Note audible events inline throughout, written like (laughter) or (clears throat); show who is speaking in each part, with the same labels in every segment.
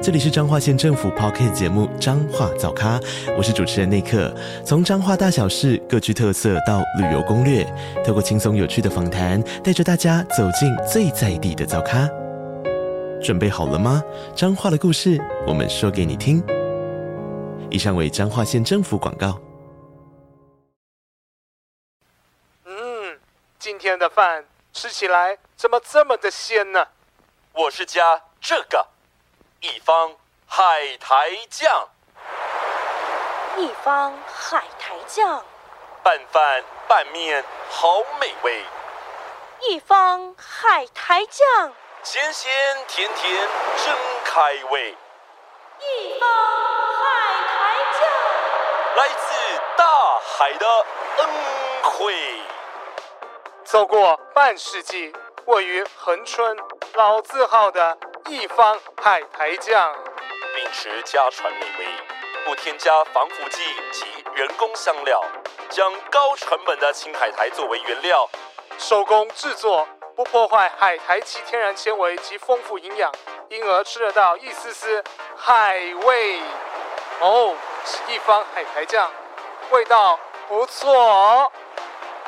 Speaker 1: 这里是彰化县政府 p o c k t 节目《彰化早咖》，我是主持人内克。从彰化大小事各具特色到旅游攻略，透过轻松有趣的访谈，带着大家走进最在地的早咖。准备好了吗？彰化的故事，我们说给你听。以上为彰化县政府广告。
Speaker 2: 嗯，今天的饭吃起来怎么这么的鲜呢？
Speaker 3: 我是加这个，一方海苔酱，
Speaker 4: 一方海苔酱，
Speaker 3: 拌饭拌面好美味，
Speaker 4: 一方海苔酱，
Speaker 3: 咸咸甜甜真开胃，
Speaker 4: 一方海苔酱。
Speaker 3: 来自大海的恩惠。
Speaker 2: 走过半世纪，位于恒春老字号的一方海苔酱，
Speaker 3: 秉持家传美味，不添加防腐剂及人工香料，将高成本的青海苔作为原料，
Speaker 2: 手工制作，不破坏海苔其天然纤维及丰富营养，因而吃得到一丝丝海味。哦，是一方海苔酱，味道不错哦。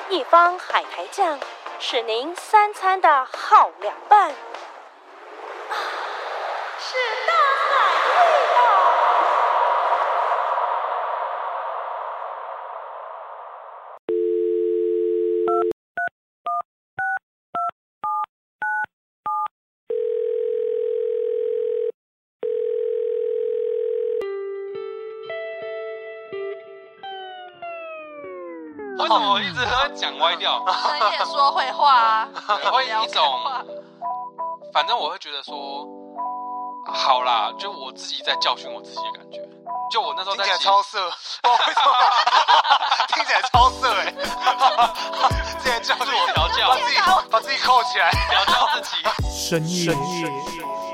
Speaker 4: 一方海苔酱是您三餐的好凉拌，啊，是大海味道。
Speaker 5: 为什么一直在讲歪
Speaker 6: (laughs)
Speaker 5: 掉？
Speaker 7: 深夜说会话啊，
Speaker 5: 对会有一
Speaker 7: 聊开话
Speaker 5: 种，反正我会觉得说，好啦，就我自己在教训我自己的感觉。就我那时候在
Speaker 6: 听起来
Speaker 5: 写
Speaker 6: 超色，哦，为什么？ (laughs) 听起来超色哎！ (laughs) 之前教是我
Speaker 5: 调教
Speaker 6: 把自己把自己扣起来。
Speaker 5: 聊到自己，
Speaker 8: 深夜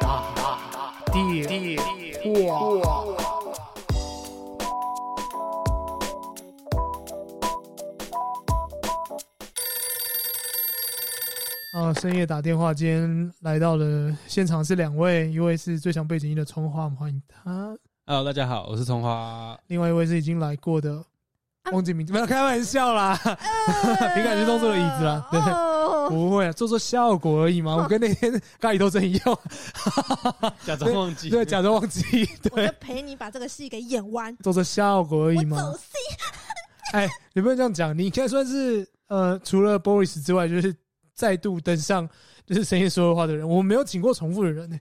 Speaker 8: 大地哇！啊，深夜打电话，今天来到了现场是两位，一位是最强背景音的葱花，我们欢迎他；
Speaker 9: Hello，大家好，我是葱花。
Speaker 8: 另外一位是已经来过的
Speaker 10: 啊
Speaker 8: 翁景明，不要开玩笑啦，(laughs)
Speaker 10: 呃
Speaker 8: 你感觉动作的椅子啦，对。
Speaker 7: 哦
Speaker 8: 不会啊，做做效果而已
Speaker 10: 哦
Speaker 8: 嘛。我跟那天咖喱斗争一样，
Speaker 9: (laughs) 假装忘记，
Speaker 8: 对，假装忘记，
Speaker 10: 我
Speaker 8: 对
Speaker 10: 就，陪你把这个戏给演完。
Speaker 8: 做做效果而
Speaker 10: 我
Speaker 8: 已嘛
Speaker 10: 走。心，
Speaker 8: (laughs) 哎，你不能这样讲，你应该算是呃，除了 Boris 之外，就是再度登上就是深夜说的话的人。我没有请过重复的人呢、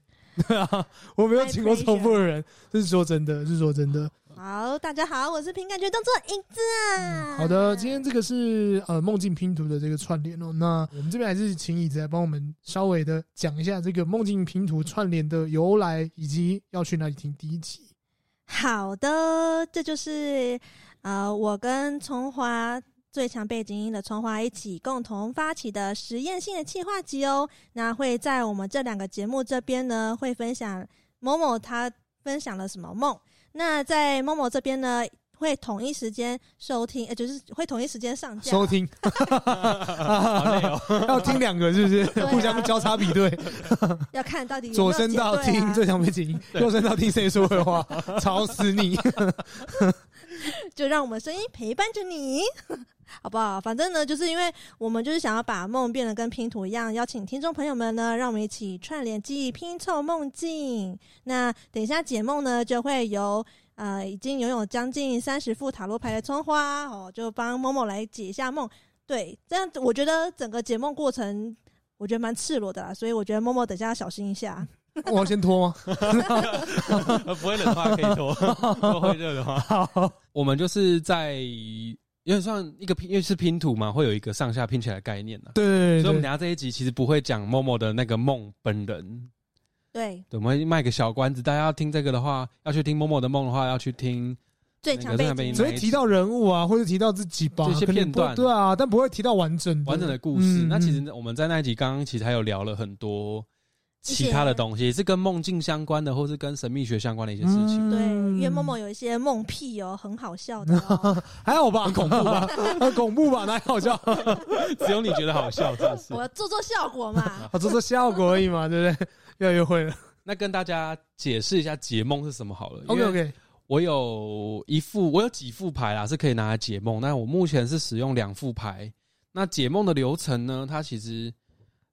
Speaker 8: 对啊， (laughs) 我没有
Speaker 10: My
Speaker 8: 请过重复的人，这是说真的，是说真的。
Speaker 10: 好，大家好，我是凭感觉动作影子啊。
Speaker 8: 嗯好的，今天这个是呃梦境拼图的这个串联哦。那我们这边还是请椅子来帮我们稍微的讲一下这个梦境拼图串联的由来，以及要去哪里听第一集。
Speaker 10: 好的，这就是呃，我跟葱花最强背景音的葱花一起共同发起的实验性的企划集哦。那会在我们这两个节目这边呢，会分享某某他分享了什么梦。那在某某这边呢，会同一时间收听，呃，就是会同一时间上架。
Speaker 8: 收听，
Speaker 9: 哦
Speaker 8: (laughs)
Speaker 10: 哦
Speaker 8: 要听两个是不是？
Speaker 10: 对啊
Speaker 8: 互相交叉比对，
Speaker 10: 要看到底有啊没
Speaker 8: (laughs) 左
Speaker 10: 有
Speaker 8: 声道
Speaker 10: 结对
Speaker 8: 听
Speaker 10: 啊
Speaker 8: 最强背景，右声道听谁说的话，吵死你！
Speaker 10: 就让我们声音陪伴着你， (laughs) 好不好？反正呢，就是因为我们就是想要把梦变得跟拼图一样，邀请听众朋友们呢，让我们一起串联记忆，拼凑梦境。那等一下解梦呢，就会由呃已经拥有将近三十副塔罗牌的葱花哦，就帮某某来解一下梦。对，这样我觉得整个解梦过程。我觉得蛮赤裸的啦，所以我觉得默默等一下要小心一下。 (laughs)
Speaker 8: 我要先脱吗？
Speaker 9: (laughs) 不会冷的话可以脱，
Speaker 5: (laughs)
Speaker 9: 不会热的话，我们就是在有点像一个拼，因为是拼图嘛，会有一个上下拼起来的概念呢。啊
Speaker 8: 对对
Speaker 9: 所以我们
Speaker 8: 对对，
Speaker 9: 等一下这一集其实不会讲某某的那个梦本人，
Speaker 10: 对，
Speaker 9: 对，我们会卖个小关子。大家要听这个的话，要去听某某的梦的话，要去听
Speaker 10: 最强背景，
Speaker 8: 只会提到人物啊，或者提到自己吧，
Speaker 9: 这些
Speaker 8: 可能
Speaker 9: 片段
Speaker 8: 不对啊，但不会提到完整
Speaker 9: 完整的故事。
Speaker 8: 嗯
Speaker 9: 那其
Speaker 8: 嗯
Speaker 9: 实我们在那一集刚刚其实还有聊了很多其他
Speaker 10: 一
Speaker 9: 的
Speaker 10: 些
Speaker 9: 东西，也是跟梦境相关的，或是跟神秘学相关的一些事情。
Speaker 10: 对，
Speaker 8: 嗯
Speaker 10: 因为默默有一些梦癖哦，很好笑的哦、 (laughs)
Speaker 8: 还好吧，恐怖 (laughs) 吧，很恐怖吧，哪有好笑？。
Speaker 9: 只有你觉得好笑，真的是。
Speaker 10: (laughs) 我做做效果
Speaker 9: (laughs)
Speaker 10: 嘛
Speaker 8: 我做做哦效果而已嘛，对不对？ (laughs) 越来越会了。
Speaker 9: 那跟大家解释一下解梦是什么好了。 (laughs) 因
Speaker 8: OK
Speaker 9: 为
Speaker 8: OK，
Speaker 9: 我有一副，我有几副牌啦，是可以拿来解梦。那我目前是使用两副牌。那解梦的流程呢？它其实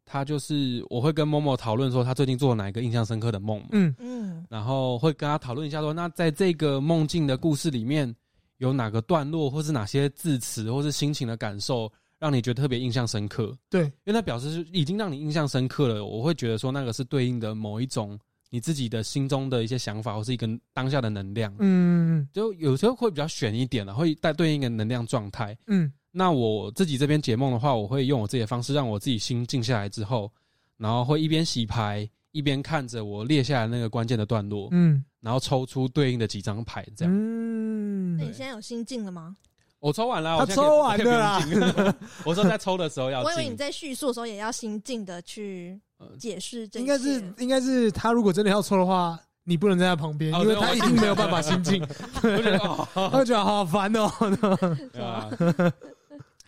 Speaker 9: 它就是我会跟某某讨论说他最近做了哪一个印象深刻的梦嘛，
Speaker 8: 嗯，
Speaker 10: 嗯，
Speaker 9: 然后会跟他讨论一下说，那在这个梦境的故事里面有哪个段落，或是哪些字词，或是心情的感受，让你觉得特别印象深刻。
Speaker 8: 对，
Speaker 9: 因为它表示是已经让你印象深刻了，我会觉得说那个是对应的某一种你自己的心中的一些想法，或是一个当下的能量。
Speaker 8: 嗯
Speaker 9: 就有时候会比较选一点了，会带对应一个能量状态。
Speaker 8: 嗯
Speaker 9: 那我自己这边解梦的话，我会用我自己的方式，让我自己心静下来之后，然后会一边洗牌，一边看着我列下来那个关键的段落，
Speaker 8: 嗯，
Speaker 9: 然后抽出对应啊的几张牌，这样。
Speaker 10: 那
Speaker 8: 嗯
Speaker 10: 你，现在有心境了吗？
Speaker 9: 我抽完了，
Speaker 8: 他
Speaker 9: 我现在可以
Speaker 8: 抽完了啦
Speaker 9: 我可以不用进 (laughs) 我说在抽的时候要
Speaker 10: 我以为你
Speaker 9: 进，呃
Speaker 10: 在叙述的时候也要心境的去解释这一
Speaker 8: 应
Speaker 10: 切，
Speaker 8: 该是应该是他如果真的要抽的话，你不能在他旁边，
Speaker 9: 哦
Speaker 8: 因为
Speaker 9: 对
Speaker 8: 他
Speaker 9: 我
Speaker 8: 一定没有办法心静，
Speaker 9: (laughs) 我觉得 (laughs) 哦
Speaker 10: (laughs)
Speaker 8: 他会觉得好烦哦。 (laughs)
Speaker 9: 对啊。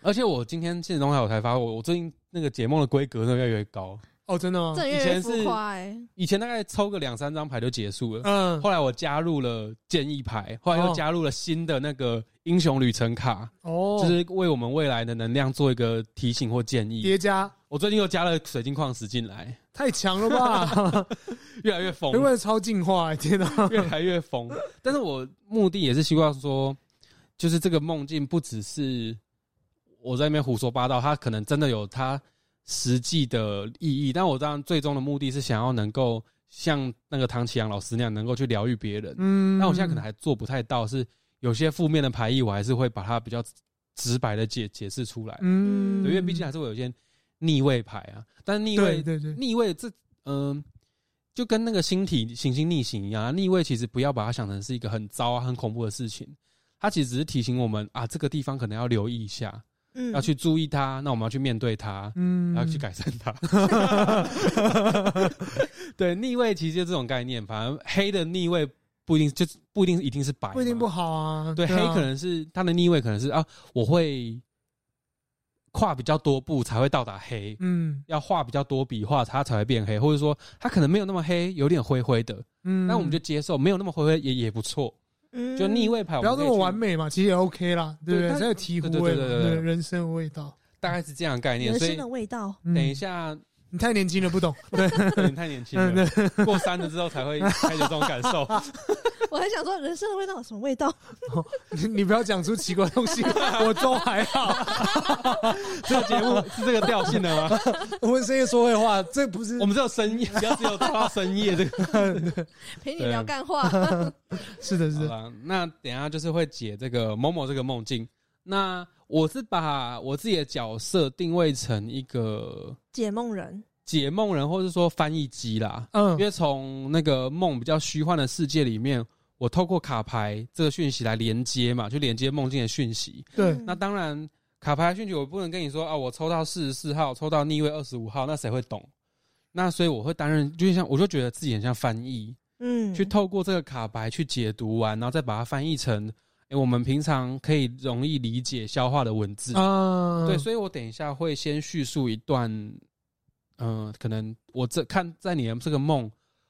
Speaker 9: 而且我今天现实中还有才发现，我我最近那个解梦的规格真的越来越高。
Speaker 8: 哦，真的吗？
Speaker 10: 这
Speaker 9: 以
Speaker 10: 越来
Speaker 9: 前
Speaker 10: 越
Speaker 9: 是
Speaker 10: 浮夸哎。
Speaker 9: 以前大概抽个两三张牌就结束了，
Speaker 8: 嗯，
Speaker 9: 后来我加入了建议牌，后来又加入了新的那个英雄旅程卡，
Speaker 8: 哦，
Speaker 9: 就是为我们未来的能量做一个提醒或建议。
Speaker 8: 叠加。
Speaker 9: 我最近又加了水晶矿石进来，
Speaker 8: 太强了
Speaker 9: (laughs) 哦
Speaker 8: 吧！
Speaker 9: 越来越疯
Speaker 8: 因，为超进化、欸，
Speaker 9: (laughs)
Speaker 8: 天哪！
Speaker 9: 越来越疯。但是我目的也是希望说，就是这个梦境不只是我在那边胡说八道，它可能真的有它实际的意义。但我当然最终的目的是想要能够像那个唐启阳老师那样，能够去疗愈别人。
Speaker 8: 嗯，
Speaker 9: 那我现在可能还做不太到，是有些负面的排异，我还是会把它比较直白的解解释出来。
Speaker 8: 嗯，
Speaker 9: 对，因为毕竟还是会有一些逆位牌啊，但逆
Speaker 8: 对
Speaker 9: 位
Speaker 8: 对对，
Speaker 9: 逆位这嗯、就跟那个星体行星逆行一样、啊，逆位其实不要把它想成是一个很糟啊、很恐怖的事情，它其实只是提醒我们啊，这个地方可能要留意一下，
Speaker 10: 嗯，
Speaker 9: 要去注意它，那我们要去面对它。
Speaker 8: 嗯，
Speaker 9: 要去改善它， (laughs) 对逆位其实就这种概念，反正黑的逆位不一定就是不一定一定是白嘛，
Speaker 8: 不一定不好啊。
Speaker 9: 对，黑
Speaker 8: 啊
Speaker 9: 可能是它的逆位，可能是啊，我会跨比较多步才会到达黑，
Speaker 8: 嗯
Speaker 9: 要画比较多笔画，它才会变黑，或者说它可能没有那么黑，有点灰灰的，
Speaker 8: 嗯，
Speaker 9: 那我们就接受，没有那么灰灰也也不错。
Speaker 10: 嗯
Speaker 9: 就逆，位牌，
Speaker 8: 不要这么完
Speaker 9: 美，
Speaker 8: 美嘛，其实也 OK 啦，对不
Speaker 9: 对
Speaker 8: 对？
Speaker 9: 但
Speaker 8: 才有醍醐
Speaker 9: 对对
Speaker 8: 味
Speaker 9: 对
Speaker 8: 嘛，
Speaker 9: 对对
Speaker 8: 对
Speaker 9: 对
Speaker 8: 人生的味道。
Speaker 9: 大概是这样的概念。
Speaker 10: 人
Speaker 9: 所
Speaker 10: 生
Speaker 9: 以
Speaker 10: 的味道。
Speaker 9: (laughs)
Speaker 8: 嗯
Speaker 9: 等一，下，
Speaker 8: 你太年轻了，不懂。 (laughs) 对，
Speaker 9: 可能太年轻
Speaker 8: (laughs) 嗯
Speaker 9: 了，过三了之后才会开始有这种感
Speaker 8: (laughs)
Speaker 9: 受。
Speaker 10: 我还想说，人生的味道有什么味道？ (laughs)
Speaker 8: 你你不要讲出奇怪的东西， (laughs) 我都还好。
Speaker 9: (laughs) 这个节目是这个调性的
Speaker 8: (laughs)
Speaker 9: 吗？
Speaker 8: 我们深夜说会话，这不是
Speaker 9: 我们只有深夜，不要只有抓到深夜这个。
Speaker 10: 陪你
Speaker 9: 对
Speaker 10: 聊干话。
Speaker 8: 是的，是
Speaker 9: 好
Speaker 8: 的。
Speaker 9: 了，那等一下就是会解这个某某这个梦境。那我是把我自己的角色定位成一个
Speaker 10: (laughs) 解梦人，
Speaker 9: 解梦人，或是说翻译机啦。
Speaker 8: 嗯
Speaker 9: 因为从那个梦比较虚幻的世界里面，我透过卡牌这个讯息来连接嘛，就连接梦境的讯息。
Speaker 8: 对，
Speaker 10: 嗯
Speaker 9: 那当然，卡牌的讯息我不能跟你说啊，我抽到四十四号，抽到逆位二十五号，那谁会懂？那所以我会担任，就像我就觉得自己很像翻译，
Speaker 10: 嗯，
Speaker 9: 去透过这个卡牌去解读完，然后再把它翻译成，诶，我们平常可以容易理解消化的文字。
Speaker 8: 啊，
Speaker 9: 嗯对，所以我等一下会先叙述一段，嗯、可能我这看在你的这个梦，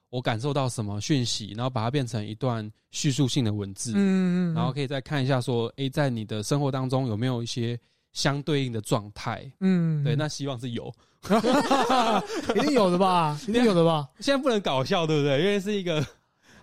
Speaker 9: 我感受到什么讯息，然后把它变成一段叙述性的文字，
Speaker 8: 嗯，嗯，嗯
Speaker 9: 然后可以再看一下说，诶，在你的生活当中有没有一些相对应的状态？
Speaker 8: 嗯，
Speaker 9: 对，那希望是有。
Speaker 8: 一定有的
Speaker 9: (laughs)
Speaker 8: 吧，一定有的吧。
Speaker 9: 现在不能搞笑，对不对？因为是一个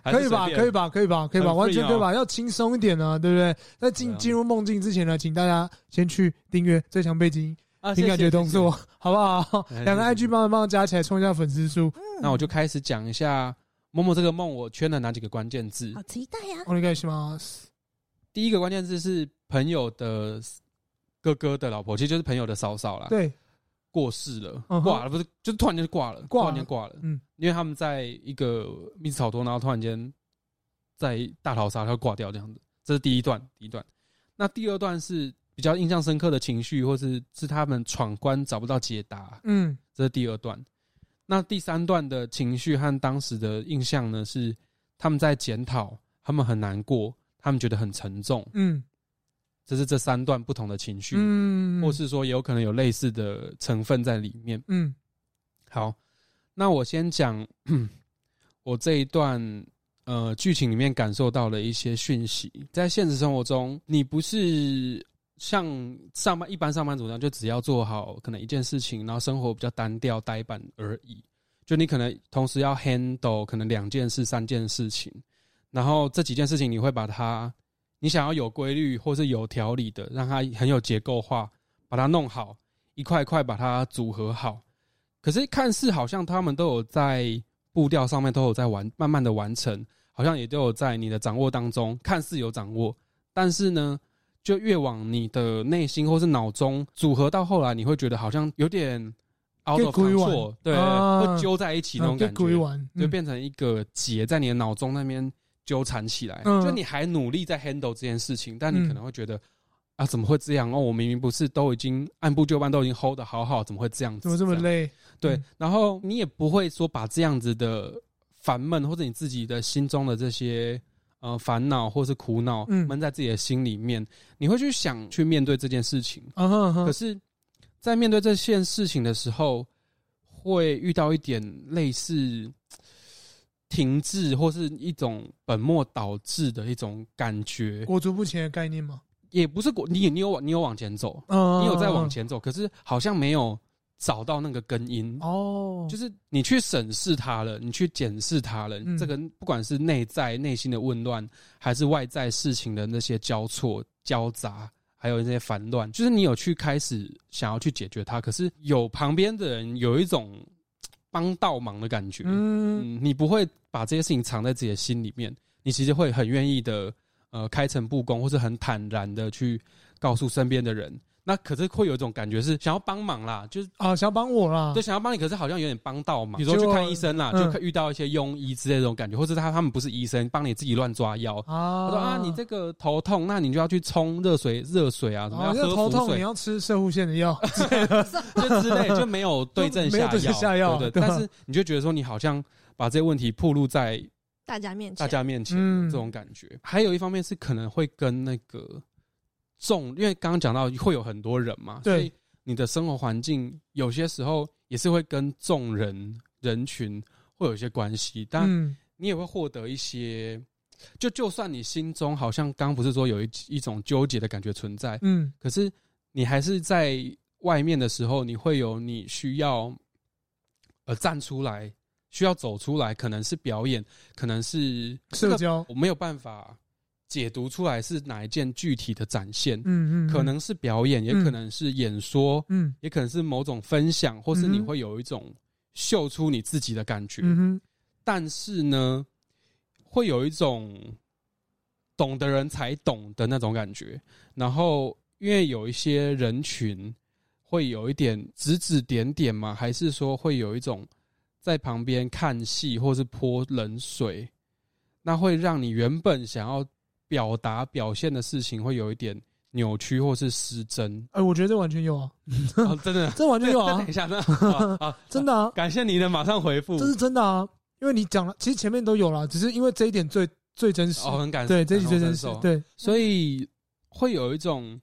Speaker 8: 可以吧，可以
Speaker 9: 吧，
Speaker 8: 吧，可以吧，可以吧，
Speaker 9: 很
Speaker 8: 完全
Speaker 9: free 啊
Speaker 8: 可以吧，要轻松一点呢、啊，对不对？在进
Speaker 9: 对啊
Speaker 8: 进入梦境之前呢，请大家先去订阅最强背景
Speaker 9: 啊
Speaker 8: 凭感觉动。
Speaker 9: 谢谢谢
Speaker 8: 作
Speaker 9: 谢，
Speaker 8: 好不好
Speaker 9: 哎？
Speaker 8: 两个
Speaker 9: 谢谢
Speaker 8: IG 帮忙帮忙加起来，冲一下粉丝数。
Speaker 10: 嗯
Speaker 9: 那
Speaker 8: 嗯
Speaker 9: 我就开始讲一下某某这个梦，我圈了哪几个关键字
Speaker 10: 好。期待啊呀、
Speaker 8: お願いします。
Speaker 9: 第一个关键字是朋友的哥哥的老婆，其实就是朋友的嫂嫂啦，
Speaker 8: 对，
Speaker 9: 过世了，
Speaker 8: 嗯哼
Speaker 9: 挂了，不是，就是突然间就挂了，
Speaker 8: 挂了
Speaker 9: 突然间挂了，
Speaker 8: 嗯
Speaker 9: 因为他们在一个密室逃脱，然后突然间在大逃杀，他就挂掉这样子，这是第一段，第一段。那第二段是比较印象深刻的情绪，或是是他们闯关找不到解答，
Speaker 8: 嗯，
Speaker 9: 这是第二段。那第三段的情绪和当时的印象呢，是他们在检讨，他们很难过，他们觉得很沉重，
Speaker 8: 嗯
Speaker 9: 这是这三段不同的情绪，
Speaker 8: 嗯，
Speaker 9: 或是说也有可能有类似的成分在里面。
Speaker 8: 嗯
Speaker 9: 好，那我先讲 (clears throat) 我这一段呃剧情里面感受到的一些讯息，在现实生活中，你不是像上班一般上班族那样，就只要做好可能一件事情，然后生活比较单调呆板而已。就你可能同时要 handle 可能两件事、三件事情，然后这几件事情你会把它，你想要有规律或是有条理的，让它很有结构化，把它弄好，一块一块把它组合好。可是看似好像他们都有在步调上面都有在完慢慢的完成，好像也都有在你的掌握当中，看似有掌握，但是呢，就越往你的内心或是脑中组合到后来，你会觉得好像有点 out
Speaker 8: 被
Speaker 9: of
Speaker 8: 归完
Speaker 9: control，对，
Speaker 8: 啊
Speaker 9: 会揪在一起那种感觉，
Speaker 8: 归完
Speaker 9: 就变成一个结在你的脑中那边纠缠起来。
Speaker 8: 嗯
Speaker 9: 就你还努力在 handle 这件事情，但
Speaker 8: 嗯
Speaker 9: 你可能会觉得、啊，怎么会这样？哦，我明明不是都已经按部就班，都已经 hold 的好好，怎么会这样子？
Speaker 8: 怎么这么
Speaker 9: 样
Speaker 8: 累？
Speaker 9: 对
Speaker 8: 嗯，
Speaker 9: 然后你也不会说把这样子的烦闷或者你自己的心中的这些呃烦恼或是苦恼
Speaker 8: 嗯
Speaker 9: 闷在自己的心里面，你会去想去面对这件事情。
Speaker 8: 啊哈啊哈
Speaker 9: 可是，在面对这件事情的时候，会遇到一点类似停滞或是一种本末倒置的一种感觉，
Speaker 8: 裹足不前的概念嘛，
Speaker 9: 也不是过你你有往你有往前走，
Speaker 8: 嗯，
Speaker 9: 你有在往前走，可是好像没有找到那个根因。
Speaker 8: 哦，
Speaker 9: 就是是你去审视它了，你去检视它了，
Speaker 8: 嗯
Speaker 9: 这个不管是内在内心的混乱，还是外在事情的那些交错、交杂，还有那些烦乱，就是你有去开始想要去解决它，可是有旁边的人有一种嘖帮倒忙的感觉，
Speaker 8: 嗯
Speaker 9: 嗯，你不会把这些事情藏在自己的心里面，你其实会很愿意的，呃，开诚布公，或是很坦然的去告诉身边的人。那可是会有一种感觉是想要帮忙啦，就是
Speaker 8: 啊，想要帮我啦，
Speaker 9: 对，想要帮你，可是好像有点帮到忙。比
Speaker 8: 就
Speaker 9: 如说去看医生啦，
Speaker 8: 嗯
Speaker 9: 就看遇到一些庸医之类的这种感觉，或者他他们不是医生，帮你自己乱抓药。
Speaker 8: 啊，
Speaker 9: 他说啊，你这个头痛，那你就要去冲热水，热水啊，什么
Speaker 8: 啊，这
Speaker 9: 要
Speaker 8: 个
Speaker 9: 喝
Speaker 8: 头
Speaker 9: 浮
Speaker 8: 痛你
Speaker 9: 水，
Speaker 8: 要吃射护线
Speaker 9: (laughs)
Speaker 8: 的药，
Speaker 9: 就之类，就没
Speaker 8: (laughs)
Speaker 9: 有对症
Speaker 8: 没有
Speaker 9: 下
Speaker 8: 对症
Speaker 9: 药，
Speaker 8: 下药
Speaker 9: 对
Speaker 8: 对
Speaker 9: 对。
Speaker 8: 啊
Speaker 9: 但是你就觉得说，你好像把这些问题暴露在
Speaker 10: 大家面前，
Speaker 9: 大家面前
Speaker 8: 嗯
Speaker 9: 这种感觉。还有一方面是可能会跟那个重，因为刚刚讲到会有很多人嘛，
Speaker 8: 对
Speaker 9: 所以你的生活环境有些时候也是会跟众人人群会有一些关系，但
Speaker 8: 嗯
Speaker 9: 你也会获得一些。就就算你心中好像刚不是说有一一种纠结的感觉存在，
Speaker 8: 嗯
Speaker 9: 可是你还是在外面的时候，你会有你需要呃站出来，需要走出来，可能是表演，可能是
Speaker 8: 社，交
Speaker 9: 这个，我没有办法解读出来是哪一件具体的展现，
Speaker 8: 嗯嗯，
Speaker 9: 可能是表演，也
Speaker 8: 嗯
Speaker 9: 可能是演说，
Speaker 8: 嗯
Speaker 9: 也可能是某种分享，或是
Speaker 8: 嗯哼
Speaker 9: 你会有一种秀出你自己的感觉，
Speaker 8: 嗯哼。
Speaker 9: 但是呢，会有一种懂的人才懂的那种感觉。然后，因为有一些人群会有一点指指点点嘛，还是说会有一种在旁边看戏或是泼冷水，那会让你原本想要表达表现的事情会有一点扭曲或是失真 (laughs)
Speaker 8: 哎，我觉得这完全有啊，
Speaker 9: 哦、真的，
Speaker 8: 这
Speaker 9: (laughs)
Speaker 8: 完全有
Speaker 9: 那
Speaker 8: 啊
Speaker 9: 等一，下，那哦好好
Speaker 8: 真的啊，
Speaker 9: 感谢你的马上回复
Speaker 8: 这。是真的啊，因为你讲了，其实前面都有啦，只是因为这一点最最真实，
Speaker 9: 哦，很感
Speaker 8: 对，这一
Speaker 9: 感同
Speaker 8: 集最真
Speaker 9: 身
Speaker 8: 实
Speaker 9: 受，
Speaker 8: 对，
Speaker 9: 所以会有一种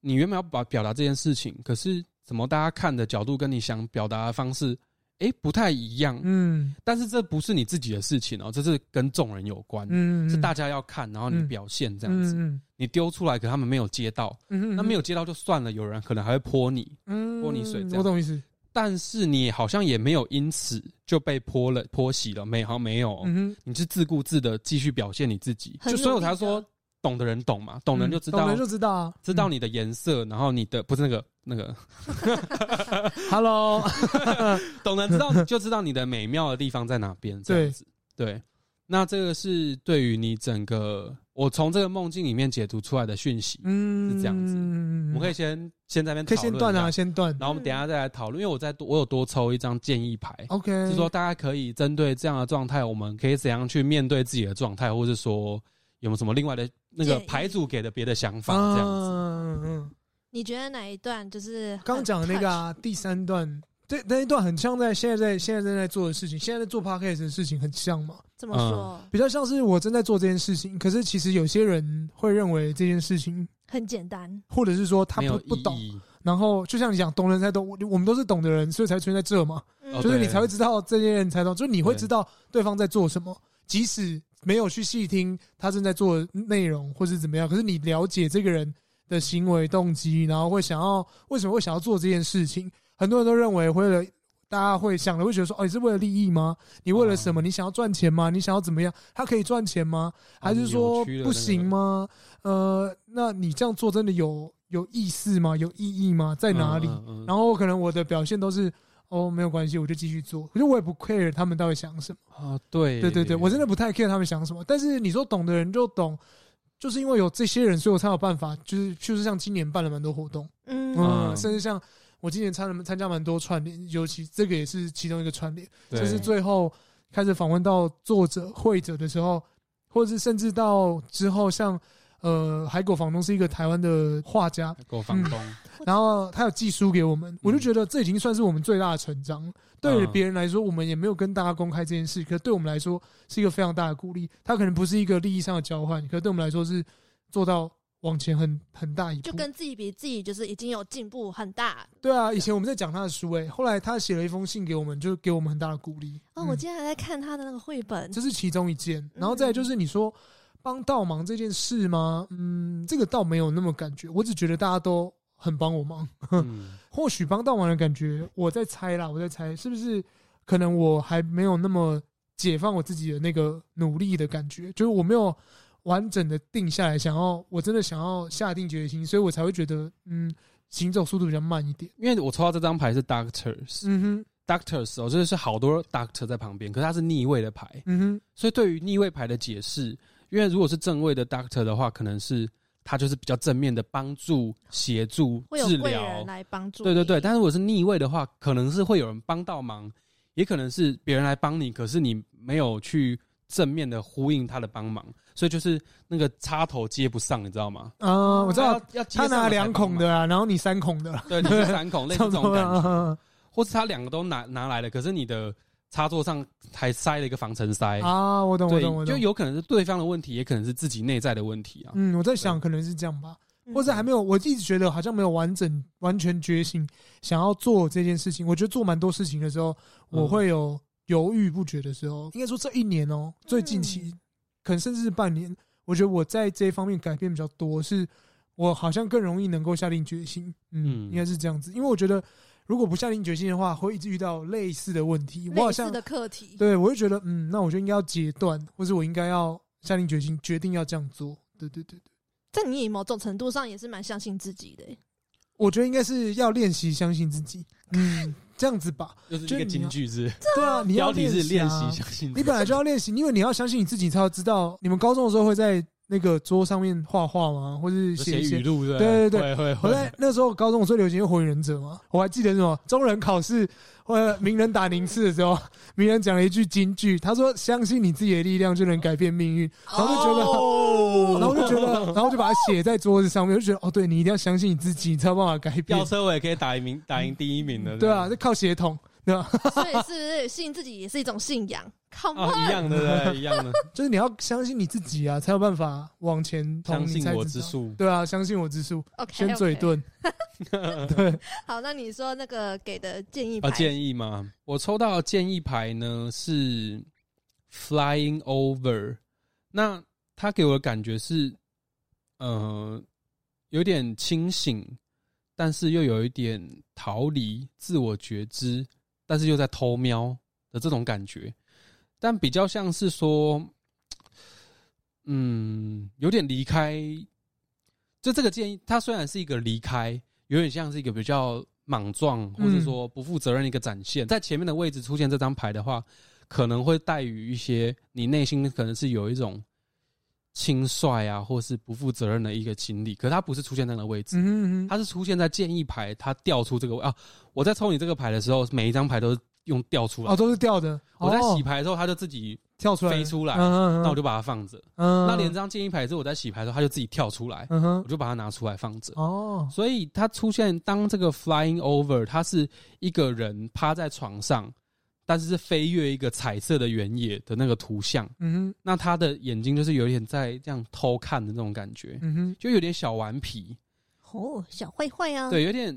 Speaker 9: 你原本要表表达这件事情，可是怎么大家看的角度跟你想表达的方式，诶，不太一样。
Speaker 8: 嗯
Speaker 9: 但是这不是你自己的事情哦，这是跟众人有关，
Speaker 8: 嗯，
Speaker 9: 是大
Speaker 8: 家
Speaker 9: 家要看，然后你
Speaker 8: 嗯
Speaker 9: 表现这样子。
Speaker 8: 嗯
Speaker 9: 你丢出来，可他们没有接到，
Speaker 8: 嗯，
Speaker 9: 那没有接到就算了，有人可能还会泼你，
Speaker 8: 嗯
Speaker 9: 泼你水这样
Speaker 8: 我懂意思，
Speaker 9: 但是你好像也没有因此就被泼了泼洗了，没好像没有哦、
Speaker 8: 嗯哼，
Speaker 9: 你是自顾自的继续表现你自己，
Speaker 10: 很
Speaker 9: 就所以我才
Speaker 10: 努力
Speaker 9: 说
Speaker 10: 的
Speaker 9: 懂的人懂嘛，懂的人就知道，
Speaker 8: 懂人就知道啊，
Speaker 9: 知道你的颜色，然后你的不是那个那个， (laughs)
Speaker 8: 嗯，Hello，
Speaker 9: 懂得知道就知道你的美妙的地方在哪边，这样子。对，那这个是对于你整个我从这个梦境里面解读出来的讯息。
Speaker 8: 嗯，
Speaker 9: 是这样子我
Speaker 8: 子
Speaker 9: 们可以先先在那边
Speaker 8: 可以先
Speaker 9: 讨论
Speaker 8: 断
Speaker 9: 一
Speaker 8: 啊，
Speaker 9: 下，
Speaker 8: 先断
Speaker 9: 然后我们等一下再来讨论，因为我在多我有多抽一张建议牌，
Speaker 8: ，OK，
Speaker 9: 是说大家可以针对这样的状态，我们可以怎样去面对自己的状态，或是说有没有什么另外的那个牌组给的别的想法这样子。
Speaker 8: 啊
Speaker 9: 嗯
Speaker 10: 嗯。你觉得哪一段就是
Speaker 8: 刚讲那个啊？第三段，对那一段很像在现在在现在正在做的事情，现在在做 podcast 的事情很像嘛？
Speaker 10: 怎么说？
Speaker 9: 嗯
Speaker 8: 比较像是我正在做这件事情，可是其实有些人会认为这件事情
Speaker 10: 很简单，
Speaker 8: 或者是说他不不懂。然后就像你讲，懂人才懂，我们都是懂的人，所以才出现在这嘛。嗯、
Speaker 9: 哦
Speaker 8: 就是你才会知道这些人才懂，就是你会知道对方在做什么，即使没有去细听他正在做内容或是怎么样，可是你了解这个人的行为动机，然后会想要为什么会想要做这件事情。很多人都认为为了大家会想的会觉得说，哦，你是为了利益吗？你为了什么？你想要赚钱吗？你想要怎么样？他可以赚钱吗？
Speaker 9: 哦
Speaker 8: 还是说不行吗？呃，那你这样做真的有？有意思吗？有意义吗？在哪里？嗯嗯嗯、然后可能我的表现都是哦，没有关系，我就继续做。可是我也不 care 他们到底想什么
Speaker 9: 啊。对
Speaker 8: 对对对，我真的不太 care 他们想什么。但是你说懂的人就懂，就是因为有这些人，所以我才有办法。就是就是像今年办了蛮多活动，嗯，甚至像我今年参了参加蛮多串联，尤其这个也是其中一个串联。就是最后开始访问到作者、会者的时候，或者是甚至到之后像。呃，海狗房东是一个台湾的画家，
Speaker 9: 海狗房东、嗯，
Speaker 8: 然后他有寄书给我们，我就觉得这已经算是我们最大的成长。嗯、对别人来说，我们也没有跟大家公开这件事，可对我们来说是一个非常大的鼓励。它可能不是一个利益上的交换，可对我们来说是做到往前很很大一步，
Speaker 10: 就跟自己比，自己就是已经有进步很大。
Speaker 8: 对啊，以前我们在讲他的书、欸，哎，后来他写了一封信给我们，就给我们很大的鼓励。
Speaker 10: 哦，嗯、我今嗯天还在看他的那个绘本，
Speaker 8: 这是其中一件，然后再就是你说。帮倒忙这件事吗？嗯，这个倒没有那么感觉，我只觉得大家都很帮我忙。嗯、或许帮倒忙的感觉，我在猜啦，我在猜是不是可能我还没有那么解放我自己的那个努力的感觉，就是我没有完整的定下来，想要我真的想要下定决心，所以我才会觉得嗯，行走速度比较慢一点。
Speaker 9: 因为我抽到这张牌是 Doctors，嗯哼。Doctors 哦，就是好多 Doctor 在旁边，可是它是逆位的牌，嗯哼，所以对于逆位牌的解释。因为如果是正位的 doctor 的话，可能是他就是比较正面的帮助、协助、治疗
Speaker 10: 来帮助。
Speaker 9: 对对对，但是如果是逆位的话，可能是会有人帮到忙，也可能是别人来帮你，可是你没有去正面的呼应他的帮忙，所以就是那个插头接不上，你知道吗？
Speaker 8: 啊、呃，我知道，要他拿两孔的啊，然后你三孔的、啊，
Speaker 9: 对，你是三
Speaker 8: (laughs)
Speaker 9: 孔，哦类似这种感觉，啊、或是他两个都拿拿来了，可是你的。插座上还塞了一个防尘塞
Speaker 8: 啊！我懂，我懂，我懂，
Speaker 9: 就有可能是对方的问题，也可能是自己内在的问题啊。
Speaker 8: 嗯，我在想可能是这样吧，或者还没有，我一直觉得好像没有完整、完全觉醒，想要做这件事情。我觉得做蛮多事情的时候，我会有犹豫不决的时候。嗯、应该说这一年哦、喔，最近期，嗯、可能甚至是半年，我觉得我在这方面改变比较多，是我好像更容易能够下定决心。嗯，嗯应该是这样子，因为我觉得。如果不下定决心的话，会一直遇到类似的问题。我好像
Speaker 10: 的课题，
Speaker 8: 对我就觉得，嗯，那我就应该要截断，或者我应该要下定决心，决定要这样做。对对对对，
Speaker 10: 在你某种程度上也是蛮相信自己的、欸。
Speaker 8: 我觉得应该是要练习相信自己，嗯，这样子吧，
Speaker 9: 就是一个金句是，
Speaker 8: 对啊，你要
Speaker 9: 练习、
Speaker 8: 啊、
Speaker 9: 相信，
Speaker 8: 你本来就要练习，因为你要相信你自己，才要知道你们高中的时候会在。那个桌上面画画吗？或是
Speaker 9: 写
Speaker 8: 语
Speaker 9: 录？
Speaker 8: 对对
Speaker 9: 对对，
Speaker 8: 我在那时候高中我最流行《火影忍者》嘛，我还记得什么中人考试或鸣人打宁次的时候，鸣人讲了一句金句，他说：“相信你自己的力量就能改变命运。”然后就觉得，哦、然后就觉得，然后就把它写在桌子上面，就觉得哦，对你一定要相信你自己，你才有办法改变。
Speaker 9: 飙车我也可以打赢打赢第一名的，
Speaker 8: 对啊，就靠血统。对吧？
Speaker 10: 所以是不是信自己也是一种信仰？Come on，、
Speaker 9: 哦、一样的对，一样的，
Speaker 8: 就是你要相信你自己啊，才有办法往前
Speaker 9: 相信我之术，
Speaker 8: 对啊，相信我之术。
Speaker 10: OK，
Speaker 8: 先嘴遁。对，
Speaker 10: 好，那你说那个给的建议牌？
Speaker 9: 啊、建议吗？我抽到建议牌呢是 Flying Over，那他给我的感觉是，呃，有点清醒，但是又有一点逃离自我觉知。但是又在偷瞄的这种感觉，但比较像是说，嗯，有点离开。就这个建议，它虽然是一个离开，有点像是一个比较莽撞或者说不负责任的一个展现。嗯、在前面的位置出现这张牌的话，可能会带于一些你内心可能是有一种轻率啊，或是不负责任的一个心理。可它不是出现在那个位置，嗯嗯它是出现在建议牌，它调出这个啊。我在抽你这个牌的时候，每一张牌都用吊出来。
Speaker 8: 哦，都是吊的。
Speaker 9: 我在洗
Speaker 8: 哦
Speaker 9: 牌的时候，它就自己
Speaker 8: 跳出来
Speaker 9: 飞出来，
Speaker 8: 嗯嗯嗯
Speaker 9: 那我就把它放着。
Speaker 8: 嗯
Speaker 9: 那连这张建议牌是我在洗牌的时候，它就自己跳出来，
Speaker 8: 嗯哼
Speaker 9: 我就把它拿出来放着。
Speaker 8: 哦，
Speaker 9: 所以它出现当这个 flying over，它是一个人趴在床上，但是是飞越一个彩色的原野的那个图像。
Speaker 8: 嗯
Speaker 9: 那他的眼睛就是有点在这样偷看的那种感觉
Speaker 8: 哼，，嗯哼，
Speaker 9: 就有点小顽皮，
Speaker 10: 哦，小坏坏
Speaker 8: 嗯
Speaker 10: 啊，
Speaker 9: 对，有点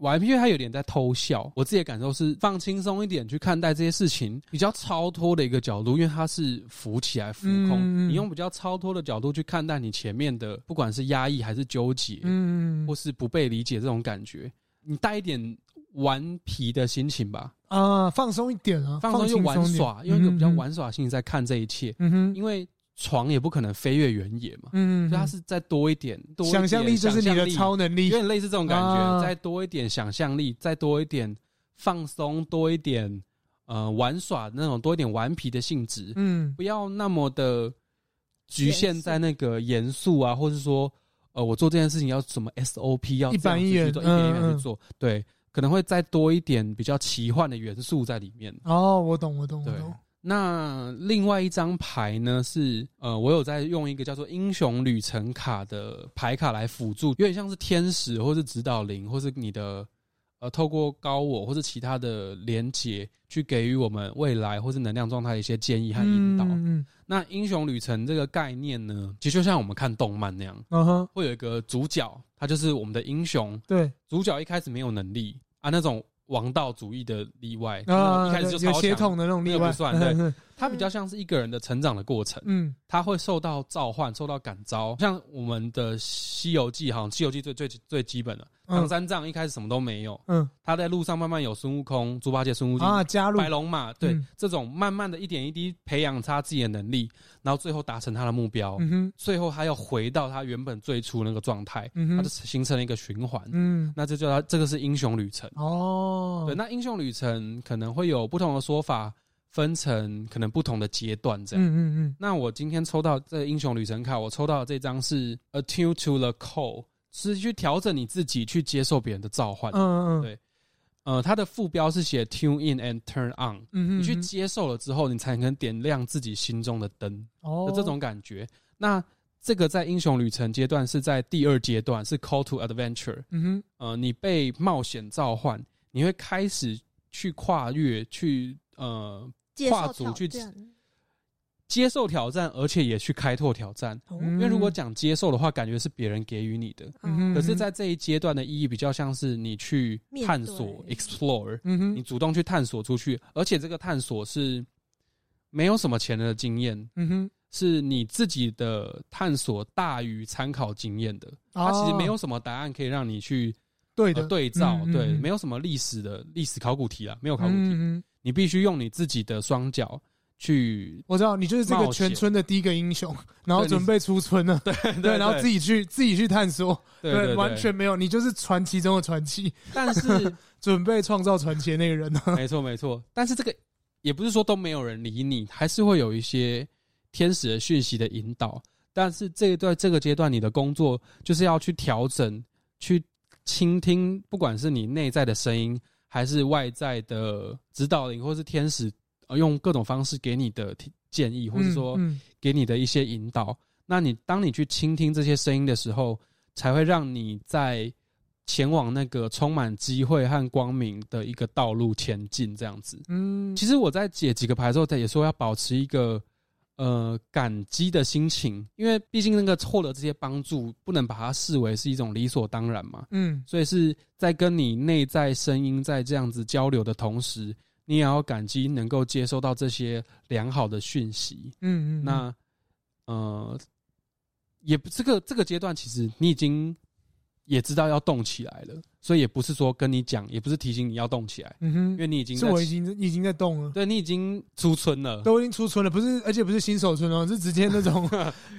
Speaker 9: 顽皮，因为他有点在偷笑。我自己的感受是放轻松一点去看待这些事情，比较超脱的一个角度，因为它是浮起来浮空，
Speaker 8: 嗯嗯
Speaker 9: 你用比较超脱的角度去看待你前面的，不管是压抑还是纠结，
Speaker 8: 嗯
Speaker 9: 或是不被理解这种感觉，你带一点顽皮的心情吧，
Speaker 8: 啊，放松一点啊，
Speaker 9: 放松
Speaker 8: 轻
Speaker 9: 又玩
Speaker 8: 一点
Speaker 9: 耍，用一个比较，
Speaker 8: 嗯
Speaker 9: 玩耍的心情在看这一切，
Speaker 8: 嗯哼，
Speaker 9: 因为床也不可能飞越原野嘛。
Speaker 8: 嗯，
Speaker 9: 所以它是再多一点，多一点
Speaker 8: 想象力就是你
Speaker 9: 想象
Speaker 8: 的
Speaker 9: 力
Speaker 8: 超能
Speaker 9: 有
Speaker 8: 力，
Speaker 9: 点类似这种感觉，
Speaker 8: 啊
Speaker 9: 再多一点想象力，再多一点放松，多一点呃玩耍那种，多一点顽皮的性质，
Speaker 8: 嗯
Speaker 9: 不要那么的局限
Speaker 10: 严肃
Speaker 9: 在那个严肃啊，或是说呃我做这件事情要什么 SOP 要
Speaker 8: 一板一
Speaker 9: 这样子
Speaker 8: 眼
Speaker 9: 去做一板一眼
Speaker 8: 嗯嗯
Speaker 9: 去做，对，可能会再多一点比较奇幻的元素在里面。
Speaker 8: 哦，我懂，我懂，我
Speaker 9: 对
Speaker 8: 懂，
Speaker 9: 那另外一张牌呢是呃，我有在用一个叫做英雄旅程卡的牌卡来辅助，有点像是天使或是指导灵，或是你的呃透过高我或是其他的连接去给予我们未来或是能量状态的一些建议和引导。
Speaker 8: 嗯嗯
Speaker 9: 那英雄旅程这个概念呢，其实就像我们看动漫那样，
Speaker 8: 嗯哼，
Speaker 9: 会有一个主角，他就是我们的英雄，
Speaker 8: 对，
Speaker 9: 主角一开始没有能力啊，那种王道主义的例外，
Speaker 8: 啊，
Speaker 9: 一开始就
Speaker 8: 对有
Speaker 9: 超
Speaker 8: 血
Speaker 9: 强。
Speaker 8: 统的那种例
Speaker 9: 那个
Speaker 8: 外
Speaker 9: 不算对
Speaker 8: 嗯
Speaker 9: 它比较像是一个人的成长的过程，
Speaker 8: 嗯
Speaker 9: 他会受到召唤、受到感召。像我们的《西游记》哈，《西游记最》最最基本的，唐
Speaker 8: 嗯
Speaker 9: 三藏一开始什么都没有，
Speaker 8: 嗯
Speaker 9: 他在路上慢慢有孙悟空、猪八戒、孙悟净、
Speaker 8: 啊，加入
Speaker 9: 白龙马，对、
Speaker 8: 嗯
Speaker 9: 这种慢慢的一点一滴培养他自己的能力，然后最后达成他的目标，
Speaker 8: 嗯哼
Speaker 9: 最后他要回到他原本最初那个状态，
Speaker 8: 嗯
Speaker 9: 他
Speaker 8: 哼
Speaker 9: 就形成了一个循环。
Speaker 8: 嗯
Speaker 9: 那这就叫这个是英雄旅程。
Speaker 8: 哦，
Speaker 9: 对，那英雄旅程可能会有不同的说法，分成可能不同的阶段这样。
Speaker 8: 嗯嗯
Speaker 9: 那我今天抽到这个英雄旅程卡，我抽到的这张是 Attune to the Call，是去调整你自己去接受别人的召唤
Speaker 8: 嗯。嗯嗯，
Speaker 9: 啊对呃，它的副标是写 Tune in and turn on，
Speaker 8: 嗯哼，
Speaker 9: 你去
Speaker 8: 嗯哼
Speaker 9: 接受了之后，你才能点亮自己心中的灯
Speaker 8: 哦
Speaker 9: 的这种感觉。那这个在英雄旅程阶段是在第二阶段，是 Call to Adventure。
Speaker 8: 嗯哼
Speaker 9: 呃，你被冒险召唤，你会开始去跨越，去呃
Speaker 10: 接
Speaker 9: 跨
Speaker 10: 受
Speaker 9: 足
Speaker 10: 挑
Speaker 9: 去
Speaker 10: 战，
Speaker 9: 接受挑战，而且也去开拓挑战。
Speaker 10: 哦
Speaker 8: 嗯
Speaker 9: 因为如果讲接受的话，感觉是别人给予你
Speaker 10: 啊
Speaker 9: 的。
Speaker 8: 嗯哼，
Speaker 9: 可是，在这一阶段的意义比较像是你去
Speaker 10: 面
Speaker 9: 探索
Speaker 10: 对
Speaker 9: ，explore，
Speaker 8: 嗯
Speaker 9: 你
Speaker 8: 哼
Speaker 9: 主动去探索出去，而且这个探索是没有什么前人的经验，
Speaker 8: 嗯哼，
Speaker 9: 是你自己的探索大于参考经验的。它其
Speaker 8: 哦
Speaker 9: 实没有什么答案可以让你去
Speaker 8: 对
Speaker 9: 呃
Speaker 8: 的嗯
Speaker 9: 对照，对，没
Speaker 8: 有
Speaker 9: 有什么历史的历史考古题啊，没有考古题，
Speaker 8: 嗯嗯，
Speaker 9: 你必须用你自己的双脚去 (laughs)
Speaker 8: 我知道你就是这个
Speaker 9: 冒
Speaker 8: 全
Speaker 9: 险
Speaker 8: 村的第一个英雄，然后
Speaker 9: 对你
Speaker 8: 准备出村了， (laughs) 对
Speaker 9: 对
Speaker 8: 对，然后自己去自己去探索，
Speaker 9: 对对
Speaker 8: 完全。没有，你就是传奇中的传奇，
Speaker 9: 但是
Speaker 8: (laughs) 准备创造传奇的那个人呢，啊
Speaker 9: 没错没错，但是这个也不是说都没有人理你，还是会有一些天使的讯息的引导。但是这一段这个阶段，你的工作就是要去调整，去倾听，不管是你内在的声音，还是外在的指导灵，或是天使，呃，用各种方式给你的提建议，或是说
Speaker 8: 嗯
Speaker 9: 给你的一些引导。那你当你去倾听这些声音的时候，才会让你在前往那个充满机会和光明的一个道路前进。这样子，
Speaker 8: 嗯，嗯
Speaker 9: 其实我在解几个牌之后，也说要保持一个呃感激的心情，因为毕竟那个获得这些帮助，不能把它视为是一种理所当然嘛。
Speaker 8: 嗯
Speaker 9: 所以是在跟你内在声音在这样子交流的同时，你也要感激能够接收到这些良好的讯息。
Speaker 8: 嗯嗯，
Speaker 9: 那呃，也不这个这个阶段，其实你已经也知道要动起来了，所以也不是说跟你讲，也不是提醒你要动起来，
Speaker 8: 嗯
Speaker 9: 因
Speaker 8: 哼，
Speaker 9: 为你已经
Speaker 8: 是
Speaker 9: 在
Speaker 8: 我已经已经在动了。
Speaker 9: 对你已经出村了，
Speaker 8: (laughs) 都已经出村了，不是，而且不是新手村哦，是直接那
Speaker 9: (laughs)
Speaker 8: 种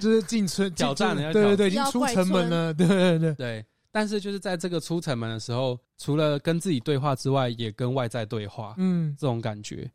Speaker 8: 就是进村
Speaker 9: 挑战了
Speaker 8: 进
Speaker 9: 要
Speaker 8: 对
Speaker 9: 挑
Speaker 8: 对对，已经出城门了，对对对，
Speaker 9: 对。但是就是在这个出城门的时候，除了跟自己对话之外，也跟外在对话，
Speaker 8: 嗯
Speaker 9: 这种感觉。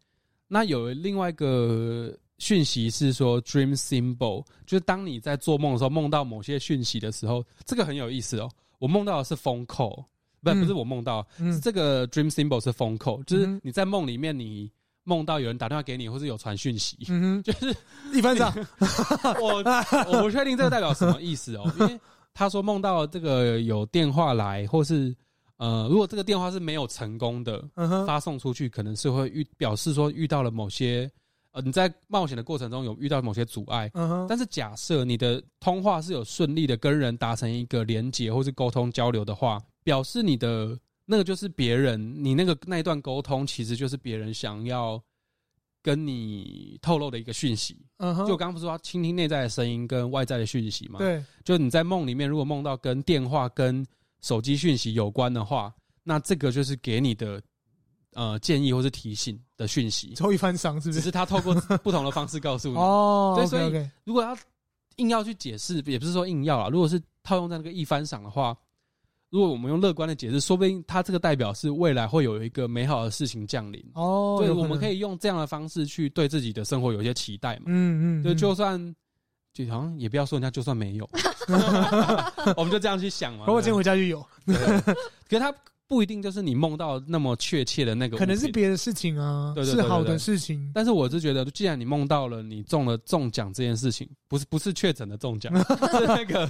Speaker 9: 那有另外一个讯息是说 dream symbol，就是当你在做梦的时候，梦到某些讯息的时候，这个很有意思哦。我梦到的是风扣，不不是我梦到，
Speaker 8: 嗯
Speaker 9: 是这个 dream symbol 是风扣，就是你在梦里面你。梦到有人打电话给你，或是有传讯息，嗯、就是
Speaker 8: 一班长，
Speaker 9: (laughs) 我我不确定这个代表什么意思哦，因为他说梦到这个有电话来，或是呃，如果这个电话是没有成功的、嗯、发送出去，可能是会遇表示说遇到了某些呃你在冒险的过程中有遇到某些阻碍，嗯、但是假设你的通话是有顺利的跟人达成一个连接或是沟通交流的话，表示你的。那个就是别人，你那个那一段沟通其实就是别人想要跟你透露的一个讯息。嗯哼、uh，huh. 就我刚刚不是说倾听内在的声音跟外在的讯息嘛？
Speaker 8: 对，
Speaker 9: 就你在梦里面，如果梦到跟电话、跟手机讯息有关的话，那这个就是给你的呃建议或是提醒的讯息。
Speaker 8: 抽一番赏是不是？
Speaker 9: 只是他透过不同的方式告诉你。
Speaker 8: 哦
Speaker 9: oh,，所以如果要硬要去解释，也不是说硬要啦，如果是套用在那个一番赏的话。如果我们用乐观的解释，说不定它这个代表是未来会有一个美好的事情降临
Speaker 8: 哦。
Speaker 9: 对，我们可以用这样的方式去对自己的生活有一些期待嘛。
Speaker 8: 嗯,嗯嗯，
Speaker 9: 就就算就好像也不要说人家就算
Speaker 8: (laughs)
Speaker 9: 没有，我们就这样去想嘛。
Speaker 8: 我今天回家就有，
Speaker 9: 可是它不一定就是你梦到那么确切的那个，
Speaker 8: 可能是别的事情啊，
Speaker 9: 对对
Speaker 8: 是好的事情。
Speaker 9: 但是我是觉得，既然你梦到了你中了中奖这件事情，不是不是确诊的中
Speaker 8: (laughs)
Speaker 9: 奖，是那个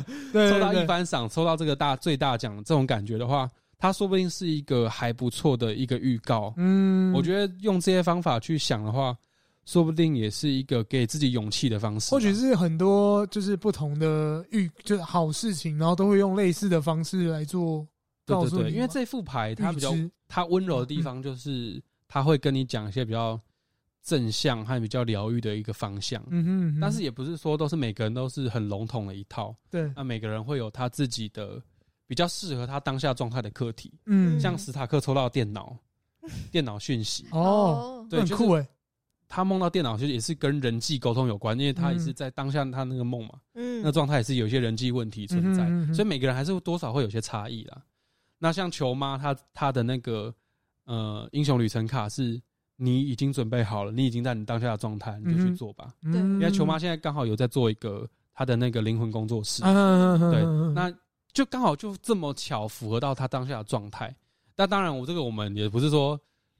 Speaker 9: 抽到一番赏、抽到这个大最大奖这种感觉的话，它说不定是一个还不错的一个预告。
Speaker 8: 嗯，
Speaker 9: 我觉得用这些方法去想的话，说不定也是一个给自己勇气的方式。啊
Speaker 8: 或许是很多就是不同的预就是好事情，然后都会用类似的方式来做。
Speaker 9: 对对对，因为这副牌它比较它温柔的
Speaker 8: 嗯
Speaker 9: 地方，就是它会跟你讲一些比较正向和比较疗愈的一个方向。
Speaker 8: 嗯哼,嗯哼，
Speaker 9: 但是也不是说都是每个人都是很笼统的一套。
Speaker 8: 对，
Speaker 9: 那每个人会有他自己的比较适合他当下状态的课题。
Speaker 8: 嗯，
Speaker 9: 像史塔克抽到电
Speaker 8: (laughs)
Speaker 9: 脑，电脑讯息
Speaker 8: 哦，
Speaker 9: 对，
Speaker 8: 很酷哎。
Speaker 9: 他梦到电脑，其实也是跟人际沟通有关，因为他也
Speaker 8: 嗯
Speaker 9: 是在当下他那个梦嘛，嗯，那状态也是有一些人际问题存在，嗯哼嗯哼所以每个人还是多少会有些差异啦。那像球妈，她她的那个呃英雄旅程卡是，你已经准备好了，你已经在你当下的状态，你就去做吧。
Speaker 10: 对、嗯，
Speaker 9: 因为球妈现在刚好有在做一个她的那个灵魂工作室，
Speaker 8: 嗯、
Speaker 9: 对，那就刚好就这么巧符合到她当下的状态。那当然，我这个我们也不是说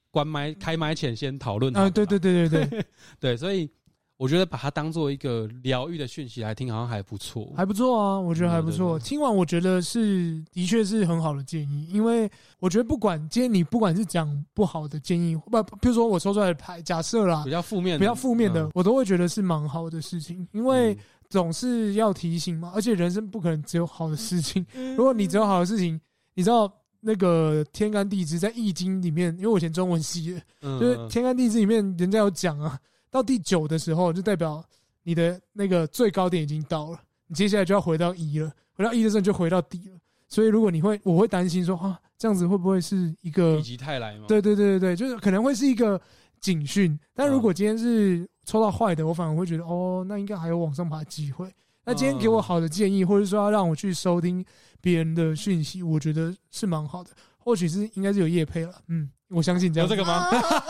Speaker 9: 关麦开麦前先讨论
Speaker 8: 啊，对对对对 (laughs)
Speaker 9: 对对，所以我觉得把它当做一个疗愈的讯息来听，好像还不错，
Speaker 8: 还不错啊，我觉得还不错。嗯、对对对听完，我觉得是的确是很好的建议，因为我觉得不管今天你不管是讲不好的建议，不，比如说我抽出来的牌，假设啦，
Speaker 9: 比较负面的，
Speaker 8: 比较负面的，嗯、嗯我都会觉得是蛮好的事情，因为总是要提醒嘛，而且人生不可能只有好的事情，
Speaker 10: 嗯
Speaker 8: 如果你只有好的事情，你知道。那个天干地支在《易经》里面，因为我以前中文系，嗯、就是天干地支里面人家有讲啊， (laughs) 到第九的时候就代表你的那个最高点已经到了，你接下来就要回到一了，回到一的时候就回到底了。所以如果你会，我会担心说啊，这样子会不会是一个
Speaker 9: 否极泰来吗？
Speaker 8: 对对对对对，就是可能会是一个警讯。但如果今天是抽到坏的，我反而会觉得哦，那应该还有往上爬的机会。那今天给我好的建议，或者说要让我去收听别人的讯息，我觉得是蛮好的。或许是应该是有叶配了，嗯，我相信这样。
Speaker 9: 有这个吗？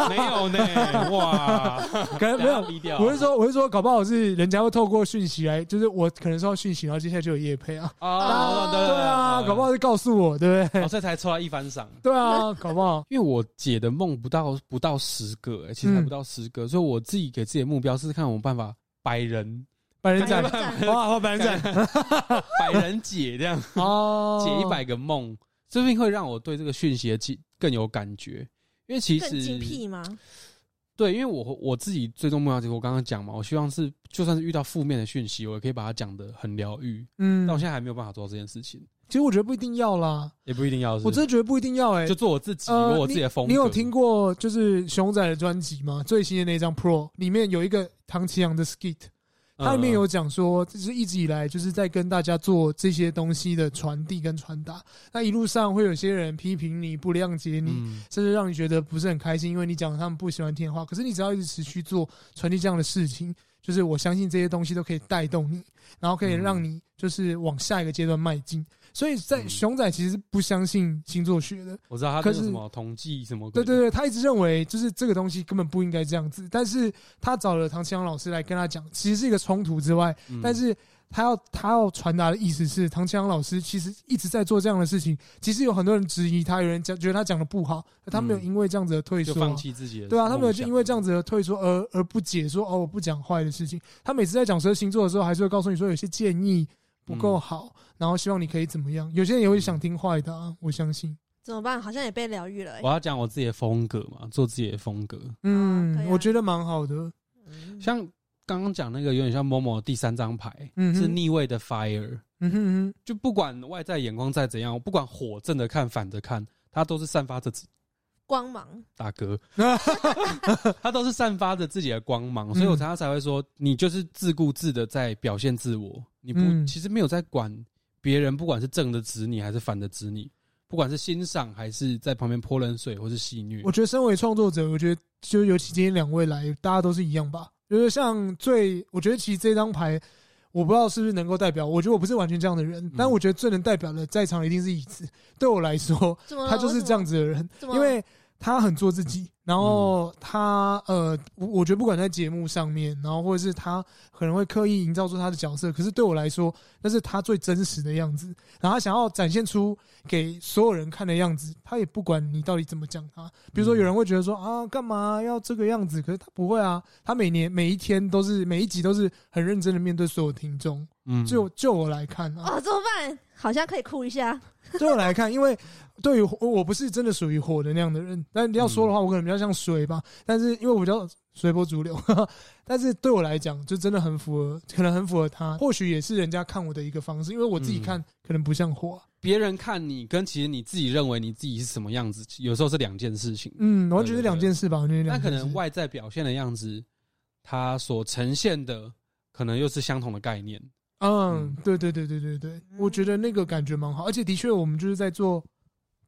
Speaker 9: 没有呢，哇，
Speaker 8: 哦 (laughs) 可能没有。低调我是说，我是说，搞不好是人家会透过讯息来，就是我可能收到讯息，然后接下来就有叶配啊。
Speaker 9: 啊，
Speaker 8: 对啊，搞不好是告诉我，对不 (laughs) 对？
Speaker 9: 哦所以才抽到一番赏。
Speaker 8: 对啊，搞不好。
Speaker 9: 因为我姐的梦不到不到十个，欸其
Speaker 8: 嗯
Speaker 9: 实还不到十个，所以我自己给自己的目标是看有办法百人。
Speaker 8: 百人斩，哇！百人斩，
Speaker 9: 百人解这样
Speaker 8: 哦，
Speaker 9: 解一百个梦，说不定会让我对这个讯息的更有感觉，因为其实
Speaker 10: 精辟吗？
Speaker 9: 对，因为我我自己最终目标，就是我刚刚讲嘛，我希望是就算是遇到负面的讯息，我也可以把它讲的很疗愈。
Speaker 8: 嗯，
Speaker 9: 但我现在还没有办法做到这件事情。
Speaker 8: 其实我觉得不一定要啦，
Speaker 9: 也不一定要是是。
Speaker 8: 我真的觉得不一定要哎、欸，
Speaker 9: 就做我自己，呃、我自己的风格
Speaker 8: 你。你有听过就是熊仔的专辑吗？最新的那张 Pro 里面有一个唐奇阳的 skit。它里
Speaker 9: 嗯
Speaker 8: 面有讲说，就是一直以来就是在跟大家做这些东西的传递跟传达。那一路上会有些人批评你、不谅解你，嗯、甚至让你觉得不是很开心，因为你讲他们不喜欢听的话。可是你只要一直持续做传递这样的事情，就是我相信这些东西都可以带动你，然后可以
Speaker 9: 嗯
Speaker 8: 让你就是往下一个阶段迈进。嗯、所以在熊仔其实不相信星座学的，
Speaker 9: 我知道他可是什么统计什么，
Speaker 8: 对对对，他一直认为就是这个东西根本不应
Speaker 9: 嗯
Speaker 8: 该这样子。但是他找了唐奇阳老师来跟他讲，其实是一个。冲突之外，但是他要他要传达的意思是，唐奇阳老师其实一直在做这样的事情。其实有很多人质疑他，有人讲觉得他讲的不好，他没有因为这样子的退
Speaker 9: 嗯就
Speaker 8: 缩、
Speaker 9: 放弃自己的
Speaker 8: 对啊，他没有
Speaker 9: 们
Speaker 8: 就因为这样子的退缩而而不解说哦，我不讲坏的事情。他每次在讲十二星座的时候，还是会告诉你说有些建议
Speaker 9: 嗯
Speaker 8: 不够好，然后希望你可以怎么样。有些人也会想听坏的啊，我相信。
Speaker 10: 怎么办？好像也被疗愈了、欸
Speaker 9: 我。要讲我自己的风格嘛，做自己的风格。
Speaker 8: 嗯，
Speaker 10: 啊可以啊
Speaker 8: 我觉得蛮好的。嗯
Speaker 9: 像刚刚讲那个，有点像某某第三张牌，
Speaker 8: 嗯哼
Speaker 9: 是逆位的 fire，
Speaker 8: 嗯哼嗯
Speaker 9: 就不管外在眼光再怎样，不管火正着看、反着看，它都是散发着自
Speaker 10: 光芒，
Speaker 9: 大
Speaker 8: (laughs)
Speaker 9: 哥，它都是散发着自己的光
Speaker 8: 嗯
Speaker 9: 芒，所以我常常才会说，你就是自顾自的在表现自我，你不、
Speaker 8: 嗯
Speaker 9: 其实没有在管别人，不管是正的指你还是反的指你，不管是欣赏还是在旁边泼冷水或是戏
Speaker 8: 哼
Speaker 9: 谑
Speaker 8: 我，觉得身为创作者，我觉得就尤其今天两位来，大家都是一样吧。就是像最，我觉得其实这张牌，我不知道是不是能够代表。我觉得我不是完全这样的人，但我觉得最能代表的在场一定是椅子。对我来说，
Speaker 10: 怎么了
Speaker 8: 他就是这样子的人，
Speaker 10: 怎么
Speaker 8: 因为他很做自己，然后他呃，我我觉得不管在节目上面，然后或者是他可能会刻意营造出他的角色，可是对我来说，那是他最真实的样子，然后他想要展现出给所有人看的样子，他也不管你到底怎么讲他，比如说有人会觉得说啊，干嘛要这个样子？可是他不会啊，他每年每一天都是每一集都是很认真的面对所有听众，
Speaker 9: 嗯，
Speaker 8: 就就我来看啊，
Speaker 10: 哦，怎么办？好像可以哭一下。
Speaker 8: 对我来看，因为对于我我不是真的属于火的那样的人，但你要说的话，我可能比较像水吧。但是因为我比较随波逐流， (laughs) 但是对我来讲，就真的很符合，可能很符合他，或许也是人家看我的一个方式，因为我自己看、可能不像火、啊
Speaker 9: 别人看你跟其实你自己认为你自己是什么样子，有时候是两件事情。
Speaker 8: 嗯，我觉得两件事吧，我觉得
Speaker 9: 那
Speaker 8: 两
Speaker 9: 可
Speaker 8: 件事。
Speaker 9: 能外在表现的样子，它所呈现的可能又是相同的概念。
Speaker 8: 嗯，对对对对对对，我觉得那个感觉蛮好，而且的确，我们就是在做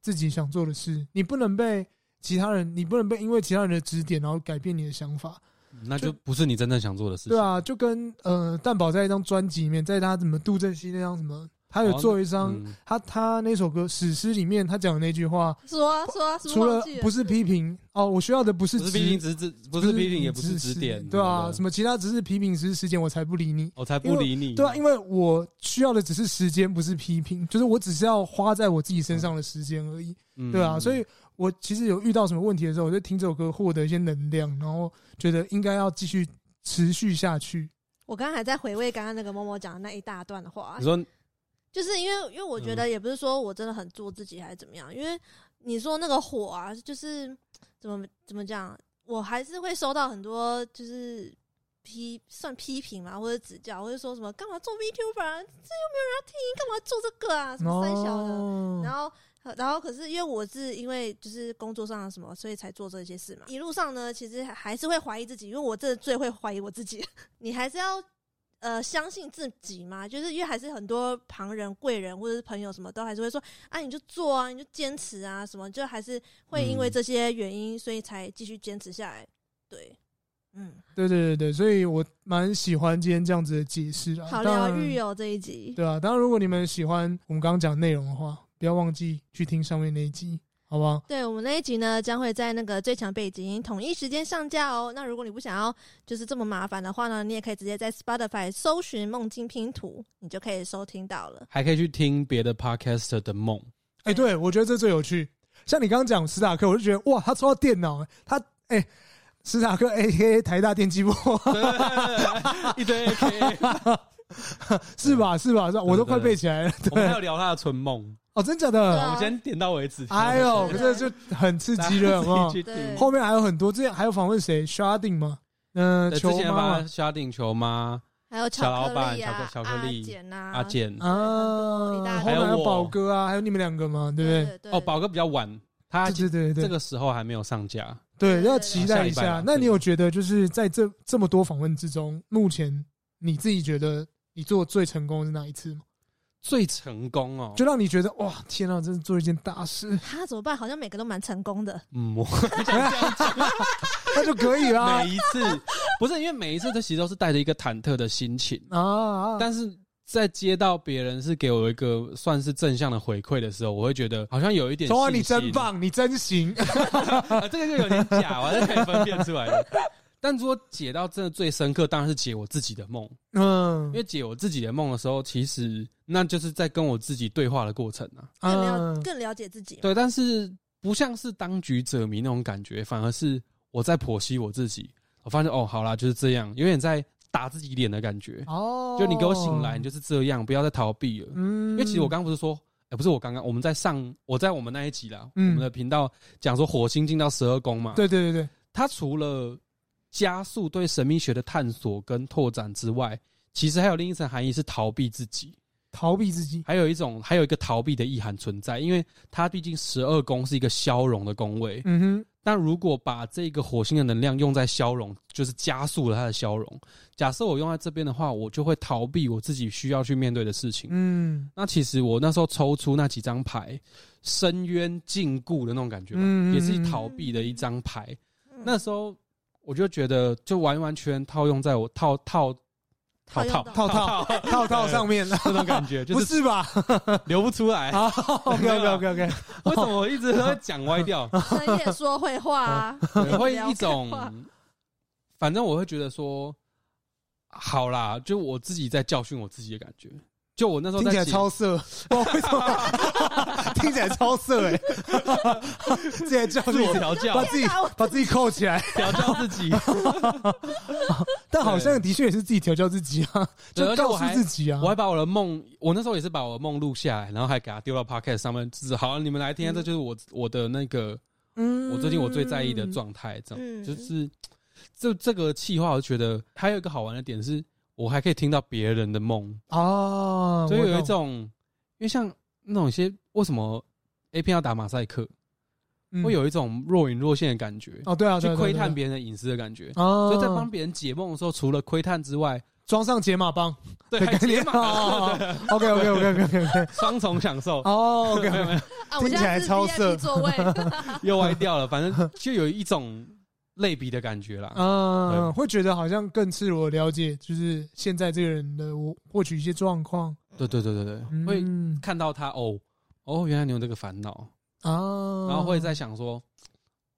Speaker 8: 自己想做的事，你不能被其他人，你不能被因为其他人的指点然后改变你的想法。
Speaker 9: 那就
Speaker 8: 就
Speaker 9: 不是你真正想做的事情。
Speaker 8: 对，啊，就跟呃蛋宝在一张专辑里面，在他怎么杜振熙那张什么，他有做一张、
Speaker 9: 嗯
Speaker 8: 他他那首歌《史诗》里面他讲的那句话，
Speaker 10: 说啊说啊，是不是
Speaker 8: 除了
Speaker 10: 忘记
Speaker 8: 不是批评哦，我需要的不是
Speaker 9: 不是批评，只是指不是批评，也不是指点，
Speaker 8: 对啊，
Speaker 9: 什
Speaker 8: 什
Speaker 9: 么
Speaker 8: 么其他只是批评只是时间，我才不理你。
Speaker 9: 我哦才不理你。
Speaker 8: 对啊，因为我需要的只是时间，不是批评，就是我只是要花在我自己身上的时间而已。
Speaker 9: 为
Speaker 8: 对啊，所以我其实有遇到什么问题的时候，我就听这首歌获得一些能量，然后觉得应该要继续持续下去。
Speaker 10: 我刚刚还在回味刚刚那个默默讲的那一大段的话
Speaker 9: 你，说
Speaker 10: 就是因为因为我觉得也不是说我真的很做自己还是怎么样，因为你说那个火啊，就是怎么怎么讲，我还是会收到很多就是批算批评嘛，或者指教，或者说什么干嘛做 VTuber 啊，这又没有人要听，干嘛做这个啊，什么三小的。
Speaker 8: 哦
Speaker 10: 然后，呃然后可是因为我是因为就是工作上的什么，所以才做这些事嘛。一路上呢，其实还是会怀疑自己，因为我真的最会怀疑我自己。 (laughs) 你还是要呃相信自己嘛，就是因为还是很多旁人、贵人或者是朋友什么，都还是会说啊，你就做啊，你就坚持啊，什么就还是会因为
Speaker 9: 嗯
Speaker 10: 这些原因，所以才继续坚持下来。对，嗯，
Speaker 8: 对对对对，所以我蛮喜欢今天这样子的解释啊。
Speaker 10: 好
Speaker 8: 当
Speaker 10: 疗
Speaker 8: 然
Speaker 10: 愈哦这一集。
Speaker 8: 对啊，当然如果你们喜欢我们刚刚讲的内容的话，不要忘记去听上面那一集，好不好？
Speaker 10: 对我们那一集呢，将会在那个最强背景统一时间上架哦。那如果你不想要就是这么麻烦的话呢，你也可以直接在 Spotify 搜寻“梦境拼图”，你就可以收听到了。
Speaker 9: 还可以去听别的 podcaster 的
Speaker 8: (laughs)
Speaker 9: 梦，
Speaker 8: 哎、对我觉得这最有趣。像你刚刚讲史塔克，我就觉得哇，他抽到电脑，他哎、史塔克 A K A 台大电机部
Speaker 9: 一
Speaker 8: (laughs)
Speaker 9: 堆 AK，
Speaker 8: 是吧？是吧？是吧？我都快背起来了。
Speaker 9: 我们还有聊他的春梦，
Speaker 8: 哦，真假
Speaker 10: 对
Speaker 8: 的？
Speaker 10: 啊
Speaker 9: 我今天点到为止。
Speaker 8: 哎呦，
Speaker 9: 啊
Speaker 10: 对
Speaker 8: 这就很刺激了，有没有
Speaker 9: 自己去
Speaker 10: 对
Speaker 9: 听。
Speaker 8: (laughs) 后面还有很多，之前还有访问谁？Sharding 吗？嗯、
Speaker 9: 对之
Speaker 8: 球
Speaker 9: 前
Speaker 8: 妈
Speaker 9: 把
Speaker 8: 妈
Speaker 9: 沙顶球妈、
Speaker 10: 还有
Speaker 9: 小
Speaker 10: 巧
Speaker 9: 老
Speaker 10: 克
Speaker 9: 板
Speaker 10: 力啊、
Speaker 9: 巧克巧克力
Speaker 10: 阿简啊、
Speaker 9: 阿健，
Speaker 10: 很多一大
Speaker 8: 啊，后面还
Speaker 10: 堆
Speaker 9: 还有
Speaker 8: 有
Speaker 9: 我
Speaker 8: 宝哥啊，还有你们两个嘛，对不对？
Speaker 10: 对对
Speaker 9: 哦，宝哥比较晚，他
Speaker 8: 对对对对
Speaker 9: 这个时候还没有上架。
Speaker 8: 对，
Speaker 10: 对
Speaker 8: 要
Speaker 10: 对
Speaker 8: 期
Speaker 9: 对
Speaker 8: 待
Speaker 9: 下
Speaker 8: 一
Speaker 9: 一拜
Speaker 8: 下
Speaker 9: 啦。
Speaker 8: 那
Speaker 9: 对
Speaker 8: 你有觉得就是在这这么多访问之中，目前你自己觉得你做最成功的是哪一次吗？
Speaker 9: 最成功哦，
Speaker 8: 就让你觉得哇，天啊，真是做一件大事， (laughs)
Speaker 10: 他怎么办？好像每个都蛮成功的。
Speaker 9: 嗯，我
Speaker 8: 那就可以啦
Speaker 9: 每一次不是因为每一次这其实都是带着一个忐忑的心情，
Speaker 8: 啊啊！
Speaker 9: 但是在接到别人是给我一个算是正向的回馈的时候，我会觉得好像有一点。
Speaker 8: 童
Speaker 9: (laughs)
Speaker 8: 华，你真！棒，你真行。
Speaker 9: 啊，这个就有点假，我还是可以分辨出来的。但说解到真的最深刻，当然是解我自己的梦。
Speaker 8: 嗯，
Speaker 9: 因为解我自己的梦的时候，其实那就是在跟我自己对话的过程啊。
Speaker 10: 更了更了解自己嘛。
Speaker 9: 对，但是不像是当局者迷那种感觉，反而是我在剖析我自己。我发现哦，好啦，就是这样，有点在打自己脸的感觉。
Speaker 8: 哦，
Speaker 9: 就你给我醒来，你就是这样，不要再逃避了。
Speaker 8: 嗯，
Speaker 9: 因为其实我刚刚不是说，哎、不是我刚刚，我们在上，我在我们那一集啦，
Speaker 8: 嗯
Speaker 9: 我们的频道讲说火星进到十二宫嘛，，
Speaker 8: 对对对对，
Speaker 9: 它除了加速对神秘学的探索跟拓展之外，其实还有另一层含义是逃避自己，
Speaker 8: 逃避自己，
Speaker 9: 还有一种还有一个逃避的意涵存在，因为它毕竟十二宫是一个消融的宫位，
Speaker 8: 嗯哼，
Speaker 9: 但如果把这个火星的能量用在消融，就是加速了它的消融。假设我用在这边的话，我就会逃避我自己需要去面对的事情。 (laughs)
Speaker 8: 嗯
Speaker 9: 那其实我那时候抽出那几张牌，深渊禁锢的那种感觉嘛，
Speaker 8: 嗯
Speaker 9: 也是逃避的一张牌。
Speaker 10: 嗯
Speaker 9: 那时候我就觉得，就完完全套用在我套套套
Speaker 10: 套用到
Speaker 8: 套套套套上面了，
Speaker 9: 那种感觉， (laughs) 就
Speaker 8: (laughs) 不
Speaker 9: 是
Speaker 8: 是吧？
Speaker 9: 流不出来。
Speaker 8: 啊，OK OK OK OK，
Speaker 9: 为什么我一直都在讲歪掉？
Speaker 10: 深夜说会话啊，
Speaker 9: 我会一
Speaker 10: 聊开话
Speaker 9: 种，反正我会觉得说，好啦，就我自己在教训我自己的感觉。就我那时候
Speaker 8: 听
Speaker 9: 啊在
Speaker 8: 起来
Speaker 9: 解
Speaker 8: 超色， (laughs) 不知道为什么 (laughs) 听起来超色 (laughs) 哎，这些教
Speaker 9: 自
Speaker 8: 育
Speaker 9: 我调教，
Speaker 8: 把自己把自己扣起来，
Speaker 9: 调教自
Speaker 8: (laughs)
Speaker 9: 己。
Speaker 8: 但好像的确也是自己调教自己啊，就
Speaker 9: 对而且
Speaker 8: 告
Speaker 9: 我
Speaker 8: 诉
Speaker 9: 还
Speaker 8: 自己啊
Speaker 9: 我，还把我的梦，我那时候也是把我的梦录下来，然后还给它丢到 podcast 上面，就是好，你们来听，这就是我我的那个，
Speaker 8: 嗯
Speaker 9: 我最近我最在意的状态，这样
Speaker 10: 嗯
Speaker 9: 就是这这个气话，我觉得还有一个好玩的点是，我还可以听到别人的梦，
Speaker 8: 哦，
Speaker 9: 所以
Speaker 8: 我
Speaker 9: 有一
Speaker 8: 懂
Speaker 9: 种，因为像那种一些为什么 A 片要打马赛克，
Speaker 8: 嗯
Speaker 9: 会有一种若隐若现的感觉，
Speaker 8: 哦，对啊，
Speaker 9: 去
Speaker 8: 对
Speaker 9: 窥探别
Speaker 8: 别
Speaker 9: 人的隐私的感觉。
Speaker 8: 哦，
Speaker 9: 所以在帮别人解梦的时候，除了窥探之外，
Speaker 8: 装上解码棒 (laughs)
Speaker 9: 对，
Speaker 8: 的
Speaker 9: 还
Speaker 8: 概
Speaker 9: 解
Speaker 8: 念
Speaker 9: 码， (laughs)
Speaker 8: ，OK OK OK OK OK，
Speaker 9: 双重享受。
Speaker 8: 哦 OK，
Speaker 9: 没有没有，
Speaker 7: 啊，我现在是
Speaker 8: 听起来超色
Speaker 7: VIP 座
Speaker 9: (laughs)
Speaker 7: 位，
Speaker 10: 哦
Speaker 9: 又歪掉了，反正就有一种类比的感觉啦。
Speaker 8: 嗯，
Speaker 9: 对
Speaker 8: 会觉得好像更赤裸了解，就是现在这个人的我获取一些状况，
Speaker 9: 对对对对对，会
Speaker 8: 嗯
Speaker 9: 看到他哦哦，原来你有这个烦恼，
Speaker 8: 啊，
Speaker 9: 然后会在想说，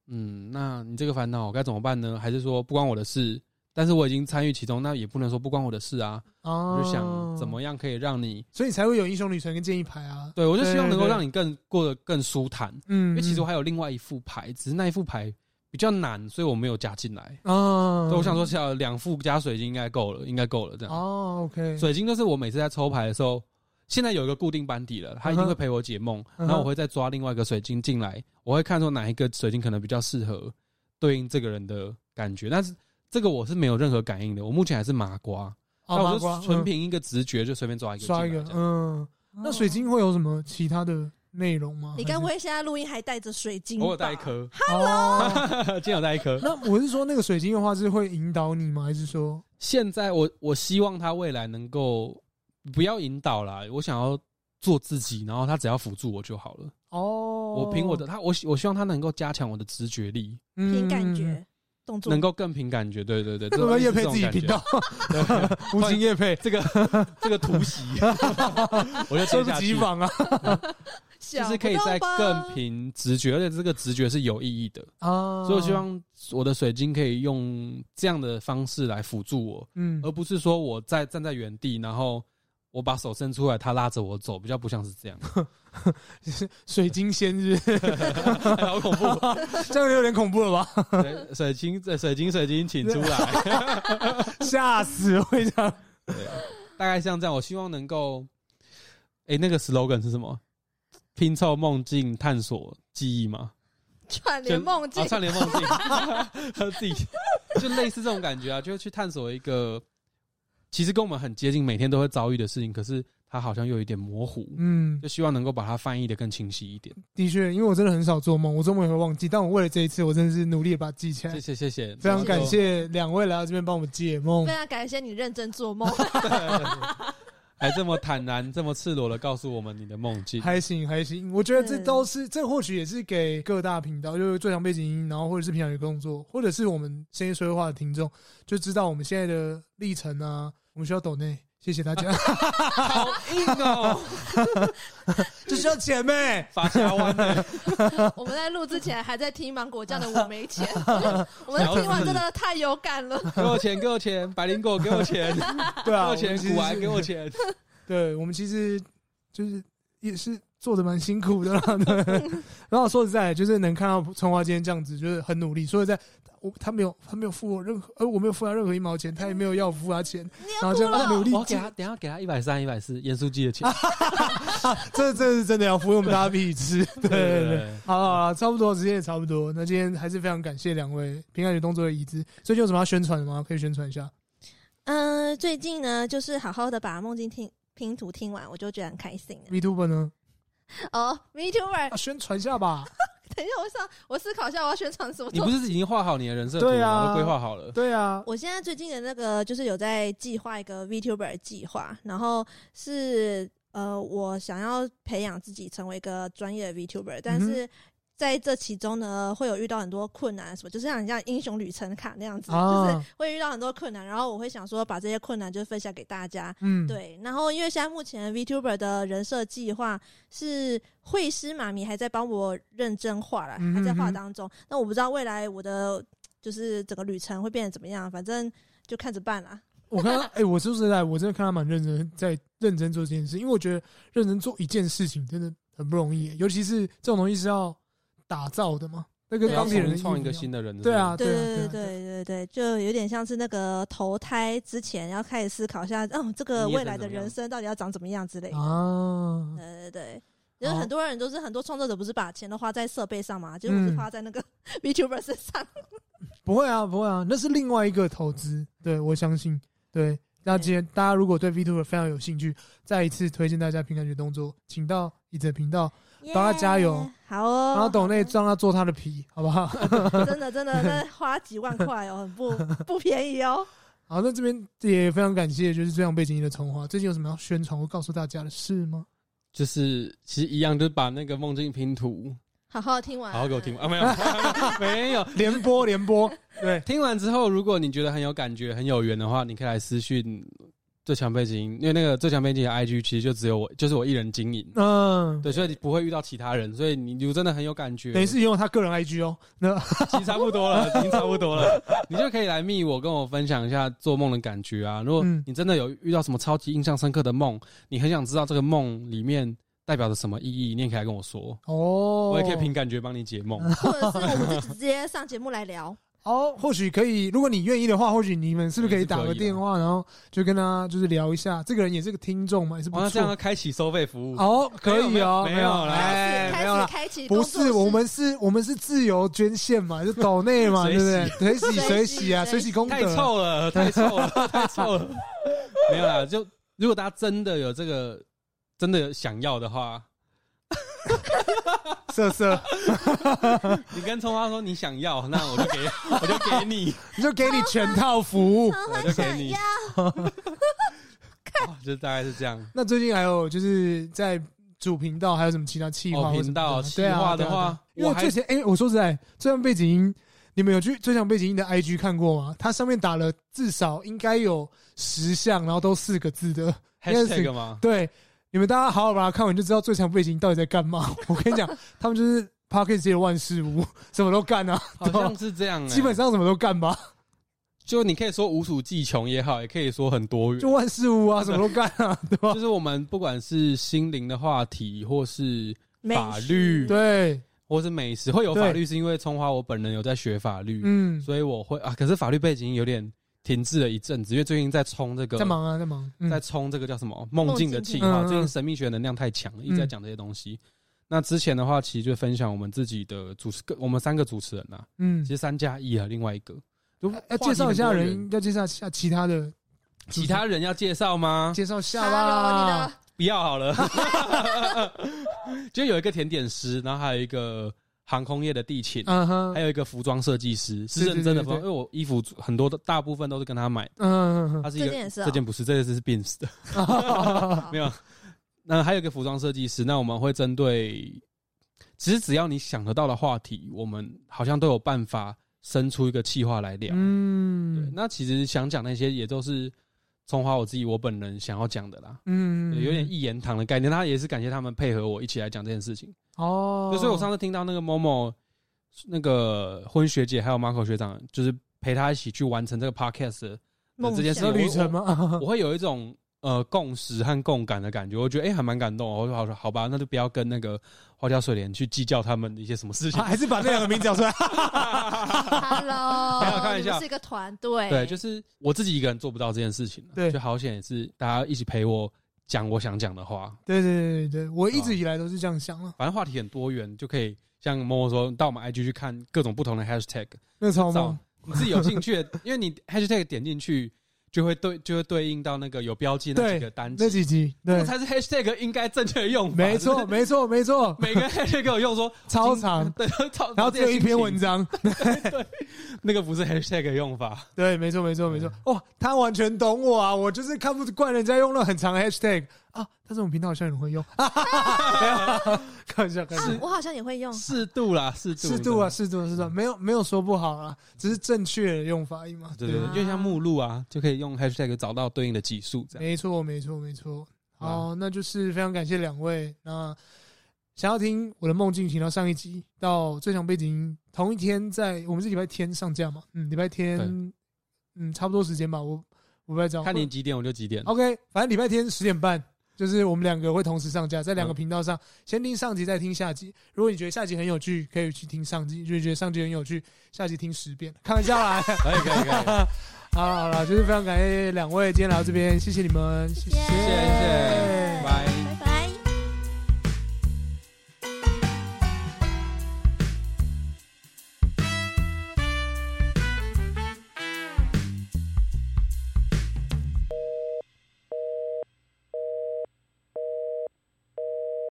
Speaker 9: 嗯，那你这个烦恼该怎么办呢？还是说不关我的事？但是我已经参与其中，那也不能说不关我的事啊。
Speaker 8: 啊
Speaker 9: 我就想怎，么样可以让你，
Speaker 8: 所以你才会有英雄旅程跟建议牌啊，
Speaker 9: 对我就希望能够
Speaker 8: 对对
Speaker 9: 让你更过得更舒坦。
Speaker 8: 嗯，
Speaker 9: 因为其实我
Speaker 8: 还
Speaker 9: 还有另外一副牌，只是那一副牌比较难，所以我没有加进来。
Speaker 8: 啊
Speaker 9: 所以我想说，像两副加水晶应该够了，应该够了这样。
Speaker 8: 哦，OK，
Speaker 9: 水晶就是我每次在抽牌的时候，现在有一个固定班底了，他一定会陪我解梦，
Speaker 8: 嗯哼
Speaker 9: 然后我会再抓另外一个水晶进来，我会看说哪一个水晶可能比较适合对应这个人的感觉，但是这个我是没有任何感应的，我目前还是麻瓜，
Speaker 8: 哦
Speaker 9: 但
Speaker 8: 麻
Speaker 9: 我
Speaker 8: 瓜
Speaker 9: 就纯
Speaker 8: 嗯
Speaker 9: 凭一个直觉就随便抓一个进来啊这
Speaker 8: 刷一个
Speaker 9: 样，，
Speaker 8: 嗯，那水晶会有什么其他的内容吗？
Speaker 10: 哦你该不会现在录音还带着水
Speaker 8: 嗯
Speaker 9: (laughs)
Speaker 10: 晶吧？
Speaker 9: 我有带一颗，
Speaker 8: Hello，
Speaker 9: 今天有带一颗。
Speaker 8: 哦那我是说那个水晶的话是会引导你吗？还是说
Speaker 9: 现在我我希望他未来能够不要引导啦，我想要做自己，然后他只要辅助我就好了。
Speaker 8: 哦，
Speaker 9: 我凭我的他，我希我希望他能够加强我的直觉力，
Speaker 8: 嗯
Speaker 10: 凭感觉，动作
Speaker 9: 能够更凭感觉，对对
Speaker 8: (laughs)
Speaker 9: 对，这
Speaker 8: 我
Speaker 9: 种
Speaker 8: 们叶配自己
Speaker 9: (laughs)
Speaker 8: 频道，，
Speaker 9: 这种感觉对 (laughs)
Speaker 8: 无情叶配，
Speaker 9: 这个这个突袭，
Speaker 8: (laughs)
Speaker 9: 我就
Speaker 8: 猝
Speaker 9: 接
Speaker 8: 不
Speaker 9: 下
Speaker 8: 及
Speaker 9: 去，
Speaker 8: 防啊
Speaker 9: 就
Speaker 10: 想
Speaker 9: 是
Speaker 10: 不
Speaker 9: 可以
Speaker 10: 到
Speaker 9: 在
Speaker 10: 吧
Speaker 9: 更凭直觉，而且这个直觉是有意义的，
Speaker 8: 啊！
Speaker 10: 哦
Speaker 9: 所以我希望我的水晶可以用这样的方式来辅助我，
Speaker 8: 嗯
Speaker 9: 而不是说我在站在原地，然后我把手伸出来，他拉着我走，比较不像是这样， (laughs)
Speaker 8: 水晶仙日， (laughs)
Speaker 9: 好恐怖！ (laughs)
Speaker 8: 这样有点恐怖了吧？ (laughs)
Speaker 9: 对水晶，水水晶，水晶，请出来。
Speaker 8: 吓死会这样
Speaker 9: 对，啊大概像这样，我希望能够，哎、那个 slogan 是什么？拼凑梦境，探索记忆吗？
Speaker 10: 串联
Speaker 9: 就
Speaker 10: 梦境
Speaker 9: 啊，，串联梦 (laughs) 境，自己就类似这种感觉啊，就是去探索一个其实跟我们很接近，每天都会遭遇的事情，可是它好像又有一点模糊，
Speaker 8: 嗯，
Speaker 9: 就希望能够把它翻译的更清晰一点。
Speaker 8: 的确，因为我真的很少做梦，我做梦也会忘记，但我为了这一次，我真的是努力地把它记起来
Speaker 9: 谢。谢谢谢，
Speaker 8: 嗯非常感谢两位来到这边帮我们解
Speaker 9: 哦
Speaker 8: 梦
Speaker 10: 非，常感谢你认真
Speaker 9: (laughs)
Speaker 10: 做梦。
Speaker 9: 然后，还这么坦然、这么赤裸的告诉我们你的梦
Speaker 8: (laughs)
Speaker 9: 境。
Speaker 8: 还行还行，我觉得这都是这或许也是给各大频道，就是最强背景音，然后或者是平常有工作，或者是我们深夜说会话的听众，就知道我们现在的历程啊，我们需要抖内，谢谢大家。 (laughs)
Speaker 9: 好硬哦，
Speaker 8: 就是要钱呗。
Speaker 9: 发夹弯的，
Speaker 10: 我们在录之前还在听芒果酱的《我没
Speaker 9: (laughs)
Speaker 10: 钱》，我们听完真的太有感了。
Speaker 9: 给我钱，给我钱，百灵果给我钱，
Speaker 8: 对
Speaker 9: 给 (laughs)
Speaker 8: 啊，
Speaker 9: 我
Speaker 8: 我
Speaker 9: 钱，
Speaker 8: 们其实
Speaker 9: 古玩给我
Speaker 8: 是。
Speaker 9: 钱，
Speaker 8: 对我们其实就是也是做的蛮辛苦的
Speaker 10: (laughs)
Speaker 8: 啦。对，然后说实在，就是能看到春花今天这样子，就是很努力。说实在，我他没有他没有付我任何，呃，我没有付他任何一毛钱，他也没有要我付他钱，
Speaker 10: 嗯你
Speaker 8: 然
Speaker 10: 要
Speaker 8: 后
Speaker 10: 哭
Speaker 8: 这样努
Speaker 10: 了，
Speaker 8: 力
Speaker 9: 啊我给
Speaker 8: 进啊
Speaker 9: 他，等一下给他一百三、一百四，盐酥鸡的钱。
Speaker 8: 这这是真的要服用大家必吃。对对
Speaker 9: 对
Speaker 8: 对，好了好了，差不多时间也差不多。那今天还是非常感谢两位平安与动作的椅子。最近有什么要宣传的吗？可以宣传一下。
Speaker 10: 嗯、最近呢，就是好好的把梦境听拼图听完，我就觉得很开心了。
Speaker 8: Vtuber 呢？
Speaker 10: 哦、v t u b e r
Speaker 8: 啊，宣传一下吧。
Speaker 10: 等一下，我想我思考一下我要宣传什么
Speaker 9: 你
Speaker 10: 作
Speaker 9: 不
Speaker 10: 品。
Speaker 9: 是已经画好你的人设图
Speaker 8: 对啊
Speaker 9: 吗？都规划好了。
Speaker 8: 对啊，
Speaker 10: 我现在最近的那个就是有在计划一个 VTuber 计划，然后是呃，我想要培养自己成为一个专业的 VTuber，但是在这其中呢，会有遇到很多困难，什么就是像你像英雄旅程卡那样子，
Speaker 8: 啊
Speaker 10: 就是会遇到很多困难，然后我会想说把这些困难就分享给大家，
Speaker 8: 嗯，，
Speaker 10: 对，然后因为现在目前 VTuber 的人设计划是绘师妈咪还在帮我认真画了，还在
Speaker 8: 嗯哼
Speaker 10: 画
Speaker 8: 哼
Speaker 10: 当中。那我不知道未来我的就是整个旅程会变得怎么样，反正就看着办啦。
Speaker 8: 我看到， (laughs) 哎、我说实在，我真的看他蛮认真，在认真做这件事，因为我觉得认真做一件事情真的很不容易，尤其是这种东西是要打造的嘛，那跟
Speaker 10: 对
Speaker 8: 当地人
Speaker 9: 啊重
Speaker 8: 的
Speaker 9: 创一个
Speaker 8: 样
Speaker 9: 新的人，
Speaker 8: 对啊，，
Speaker 10: 对
Speaker 8: 啊
Speaker 10: 对
Speaker 8: 对啊
Speaker 10: 对对对，就有点像是那个投胎之前要开始思考一下，哦，这个
Speaker 9: 你也想
Speaker 10: 未来的
Speaker 9: 怎么样
Speaker 10: 人生到底要长怎么样之类的。
Speaker 8: 啊，
Speaker 10: 对对对。就是
Speaker 8: 好
Speaker 10: 很多人都是很多创作者，不是把钱都花在设备上嘛？就是我是
Speaker 8: 嗯
Speaker 10: 花在那个 (laughs) VTuber 身上。
Speaker 8: 不会啊，不会啊，那是另外一个投资，对我相信，对。那今天大家如果对 Vtuber 非常有兴趣，再一次推荐大家平感觉动作，请到椅子的频道，帮他加油
Speaker 10: Yeah，好哦。
Speaker 8: 然后抖内让他做他的皮，好不好？
Speaker 10: 真的真的，那花几万块哦，很不不便宜哦。
Speaker 8: 好，那这边也非常感谢，就是这样背景音的重华。最近有什么要宣传或告诉大家的事吗？
Speaker 9: 就是其实一样，就是把那个梦境拼图
Speaker 10: 好好听完，
Speaker 9: 好好给我听完啊，没有 (laughs)
Speaker 8: (laughs)
Speaker 9: 没有，
Speaker 8: 联播
Speaker 9: (laughs)
Speaker 8: 联播，对，
Speaker 9: 听完之后，如果你觉得很有感觉、很有缘的话，你可以来私讯最强背景，因为那个最强背景的 IG 其实就只有我，就是我一人经营，
Speaker 8: 嗯，
Speaker 9: 对，所以你不会遇到其他人，所以你如果真的很有感觉，
Speaker 8: 等于是用他个人 IG 哦。那
Speaker 9: 其实差不多了，已经差不多了，你就可以来密我，跟我分享一下做梦的感觉啊。如果
Speaker 8: 嗯
Speaker 9: 你真的有遇到什么超级印象深刻的梦，你很想知道这个梦里面代表着什么意义，你也可以来跟我说，
Speaker 8: 哦，啊
Speaker 9: 我也可以凭感觉帮你解梦。
Speaker 10: 或者是我们就直接上节目
Speaker 9: (laughs)
Speaker 10: 来聊。
Speaker 8: 哦，或许可以，如果你愿意的话，或许你们是不是可以
Speaker 9: 也是可以
Speaker 8: 打
Speaker 9: 啊
Speaker 8: 个电话，然后就跟他就是聊一下。这个人也是个听众嘛，也是不
Speaker 9: 哇，哦那这样要
Speaker 8: 错。
Speaker 9: 开启收费服务，
Speaker 8: 哦，可以哦，
Speaker 9: 没有没有啦
Speaker 8: 哎，
Speaker 10: 开
Speaker 8: 没有
Speaker 10: 始
Speaker 8: 啦，
Speaker 10: 开启工
Speaker 8: 不
Speaker 10: 作室，
Speaker 8: 是，我们是我们是自由捐献嘛，是抖内嘛，对
Speaker 9: 随喜
Speaker 8: 不对？水洗水
Speaker 10: 随喜
Speaker 8: 洗啊，水
Speaker 10: 随喜
Speaker 8: 洗功德
Speaker 9: 太。臭了，太臭了，太臭了。没有啦，就如果大家真的有这个，真的想要的话，
Speaker 8: 色色，
Speaker 9: 你跟葱花说你想要，那我就给， (laughs) 我就给你，
Speaker 8: 你就给你全套服务。
Speaker 10: 我
Speaker 9: 我
Speaker 10: 很
Speaker 9: 就给
Speaker 10: 想
Speaker 9: 你
Speaker 10: 要。。
Speaker 9: 哦就大概是这样。
Speaker 8: (laughs) 那最近还有就是在主频道还有什么其他企划
Speaker 9: 哦
Speaker 8: 或者什
Speaker 9: 频
Speaker 8: 么的
Speaker 9: 道
Speaker 8: 吗？
Speaker 9: 企
Speaker 8: 对啊
Speaker 9: 划的
Speaker 8: 对啊
Speaker 9: 话
Speaker 8: 对啊因为
Speaker 9: 我
Speaker 8: 我
Speaker 9: 还
Speaker 8: 最前哎，我说实在，最像背景音，你们有去最像背景音的 IG 看过吗？它上面打了至少应该有十项，然后都四个字的。应该是
Speaker 9: hashtag 吗？
Speaker 8: 对，你们大家好好把它看完，就知道最强背景到底在干嘛。我跟你讲，他们就是 p o c k e t 界的万事屋，什么都干啊，
Speaker 9: 好像是这样、欸。
Speaker 8: 基本上什么都干吧，
Speaker 9: 就你可以说无所技穷也好，也可以说很多元。 (laughs)
Speaker 8: 就万事屋啊，什么都干啊，对吧
Speaker 9: 就？是我们不管是心灵的话题，或是
Speaker 10: 美
Speaker 9: 法
Speaker 10: 食
Speaker 9: 律，
Speaker 8: 对，
Speaker 9: 或是美食，会有法
Speaker 8: 对
Speaker 9: 律是因为葱花我本人有在学法律，
Speaker 8: 嗯，
Speaker 9: 所以我会啊，可是法律背景有点停滞了一阵子，因为最近在冲这个，
Speaker 8: 在忙啊，在忙，嗯
Speaker 9: 在冲这个叫什么梦境的计
Speaker 8: 梦
Speaker 9: 划。嗯
Speaker 8: 境
Speaker 9: 最近神秘学能量太强了，一直在讲这些东西。那之前的话，其实就分享我们自己的主持，我们三个主持人呐，
Speaker 8: 嗯
Speaker 9: 其，实三加一啊，另外一个，就
Speaker 8: 要介绍一下人，要介绍一下其他的，
Speaker 9: 其他人要介绍吗？
Speaker 8: 介绍下
Speaker 10: Hello，你
Speaker 8: 啦
Speaker 10: 的。
Speaker 9: 不要好
Speaker 8: (laughs)
Speaker 9: 了， (laughs) 就有一个甜点师，然后还有一个航空业的地勤，
Speaker 8: 嗯哼，
Speaker 9: 还有一个服装设计师，是
Speaker 8: 对对
Speaker 9: 认真的服
Speaker 8: 对对
Speaker 9: 装，因为我衣服很多的大部分都是跟他买的，
Speaker 8: 嗯嗯
Speaker 9: 他是一个
Speaker 10: 这件也是哦
Speaker 9: 这件不是，这件是 Beams 的，
Speaker 8: (laughs) 嗯，
Speaker 9: 没有。那还有一个服装设计师，那我们会针对，其实只要你想得到的话题，我们好像都有办法生出一个企划来聊。对，
Speaker 8: 嗯，
Speaker 9: 那其实想讲那些也都是葱花我自己我本人想要讲的啦。
Speaker 8: 嗯
Speaker 9: 对有点一言堂的概念，他也是感谢他们配合我一起来讲这件事情。
Speaker 8: 哦，
Speaker 9: 所以我上次听到那个某某那个婚学姐还有 Marco 学长，就是陪他一起去完成这个 podcast 的
Speaker 10: 梦
Speaker 9: 这件事
Speaker 10: 想
Speaker 9: 情
Speaker 8: 旅程
Speaker 9: 我
Speaker 8: 吗
Speaker 9: 我？我会有一种呃共识和共感的感觉，我觉得哎、还蛮感动的。我就好说好吧，那就不要跟那个花椒水莲去计较他们的一些什么事情。
Speaker 8: (laughs) 还是把那两个名字讲出来？
Speaker 10: Hello，
Speaker 9: (laughs) 没有开玩
Speaker 10: 你们
Speaker 9: 笑
Speaker 10: 是一个团队，
Speaker 9: 对，就是我自己一个人做不到这件事情啊，
Speaker 8: 哎对
Speaker 9: 就好险也是大家一起陪我讲我想讲的话。
Speaker 8: (laughs) 对对对对对，我一直以来都是这样想了，
Speaker 9: 反正话题很多元，就可以像某某说，到我们 IG 去看各种不同的 hashtag，
Speaker 8: 那超
Speaker 9: 找
Speaker 8: 梦。
Speaker 9: (laughs) 你自己有兴趣的，因为你 hashtag 点进去就会对，就会对应到那个有标记那几个
Speaker 8: 对
Speaker 9: 单，
Speaker 8: 那
Speaker 9: 词，
Speaker 8: 几集，
Speaker 9: 这
Speaker 8: 对，
Speaker 9: 才是 hashtag 应该正确的用法。
Speaker 8: 没
Speaker 9: 就
Speaker 8: 错， (laughs)
Speaker 9: 是
Speaker 8: 没错，没错，
Speaker 9: 每个 hashtag 有用说
Speaker 8: (laughs) 超长，
Speaker 9: (laughs) 对，超
Speaker 8: 然后只有一篇文，章，
Speaker 9: 那个不是 hashtag 的用法。
Speaker 8: 对，没错，没错，没错。哇，他完全懂我啊！我就是看不惯人家用了很长的 hashtag 啊，但是我们频道好像有人会用， (laughs) 啊哈哈哈没有，开玩笑，开玩
Speaker 10: 啊
Speaker 8: 笑。
Speaker 10: 我好像也会用，
Speaker 9: 适度啦，适度，
Speaker 8: 哦适度啊，，适度啊，适
Speaker 9: 嗯
Speaker 8: 度啊，没有没有说不好啊，只是正确的用法而已嘛。
Speaker 9: 对对，对
Speaker 10: 啊
Speaker 9: 就像目录啊，就可以用 hashtag 找到对应嗯的级数这样。
Speaker 8: 没错，没错，没错。好，那就是非常感谢两位。那想要听我的梦境，请到上一集到最强背景音同一天在，我们是礼拜天上架嘛？嗯，礼拜天
Speaker 9: 对，
Speaker 8: 嗯，差不多时间吧。我我不太知道，
Speaker 9: 看你几点我就几点。
Speaker 8: OK，反正礼拜天十点半，就是我们两个会同时上架，在两个
Speaker 9: 嗯
Speaker 8: 频道上，先听上集，再听下集。如果你觉得下集很有趣，可以去听上集；如果你觉得上集很有趣，下集听十遍，开玩笑啦。 (laughs)
Speaker 9: 可哎以可以可以，
Speaker 8: 好了好了，就是非常感谢两位今天来到这边，谢谢你们，谢
Speaker 10: 谢
Speaker 9: 谢谢。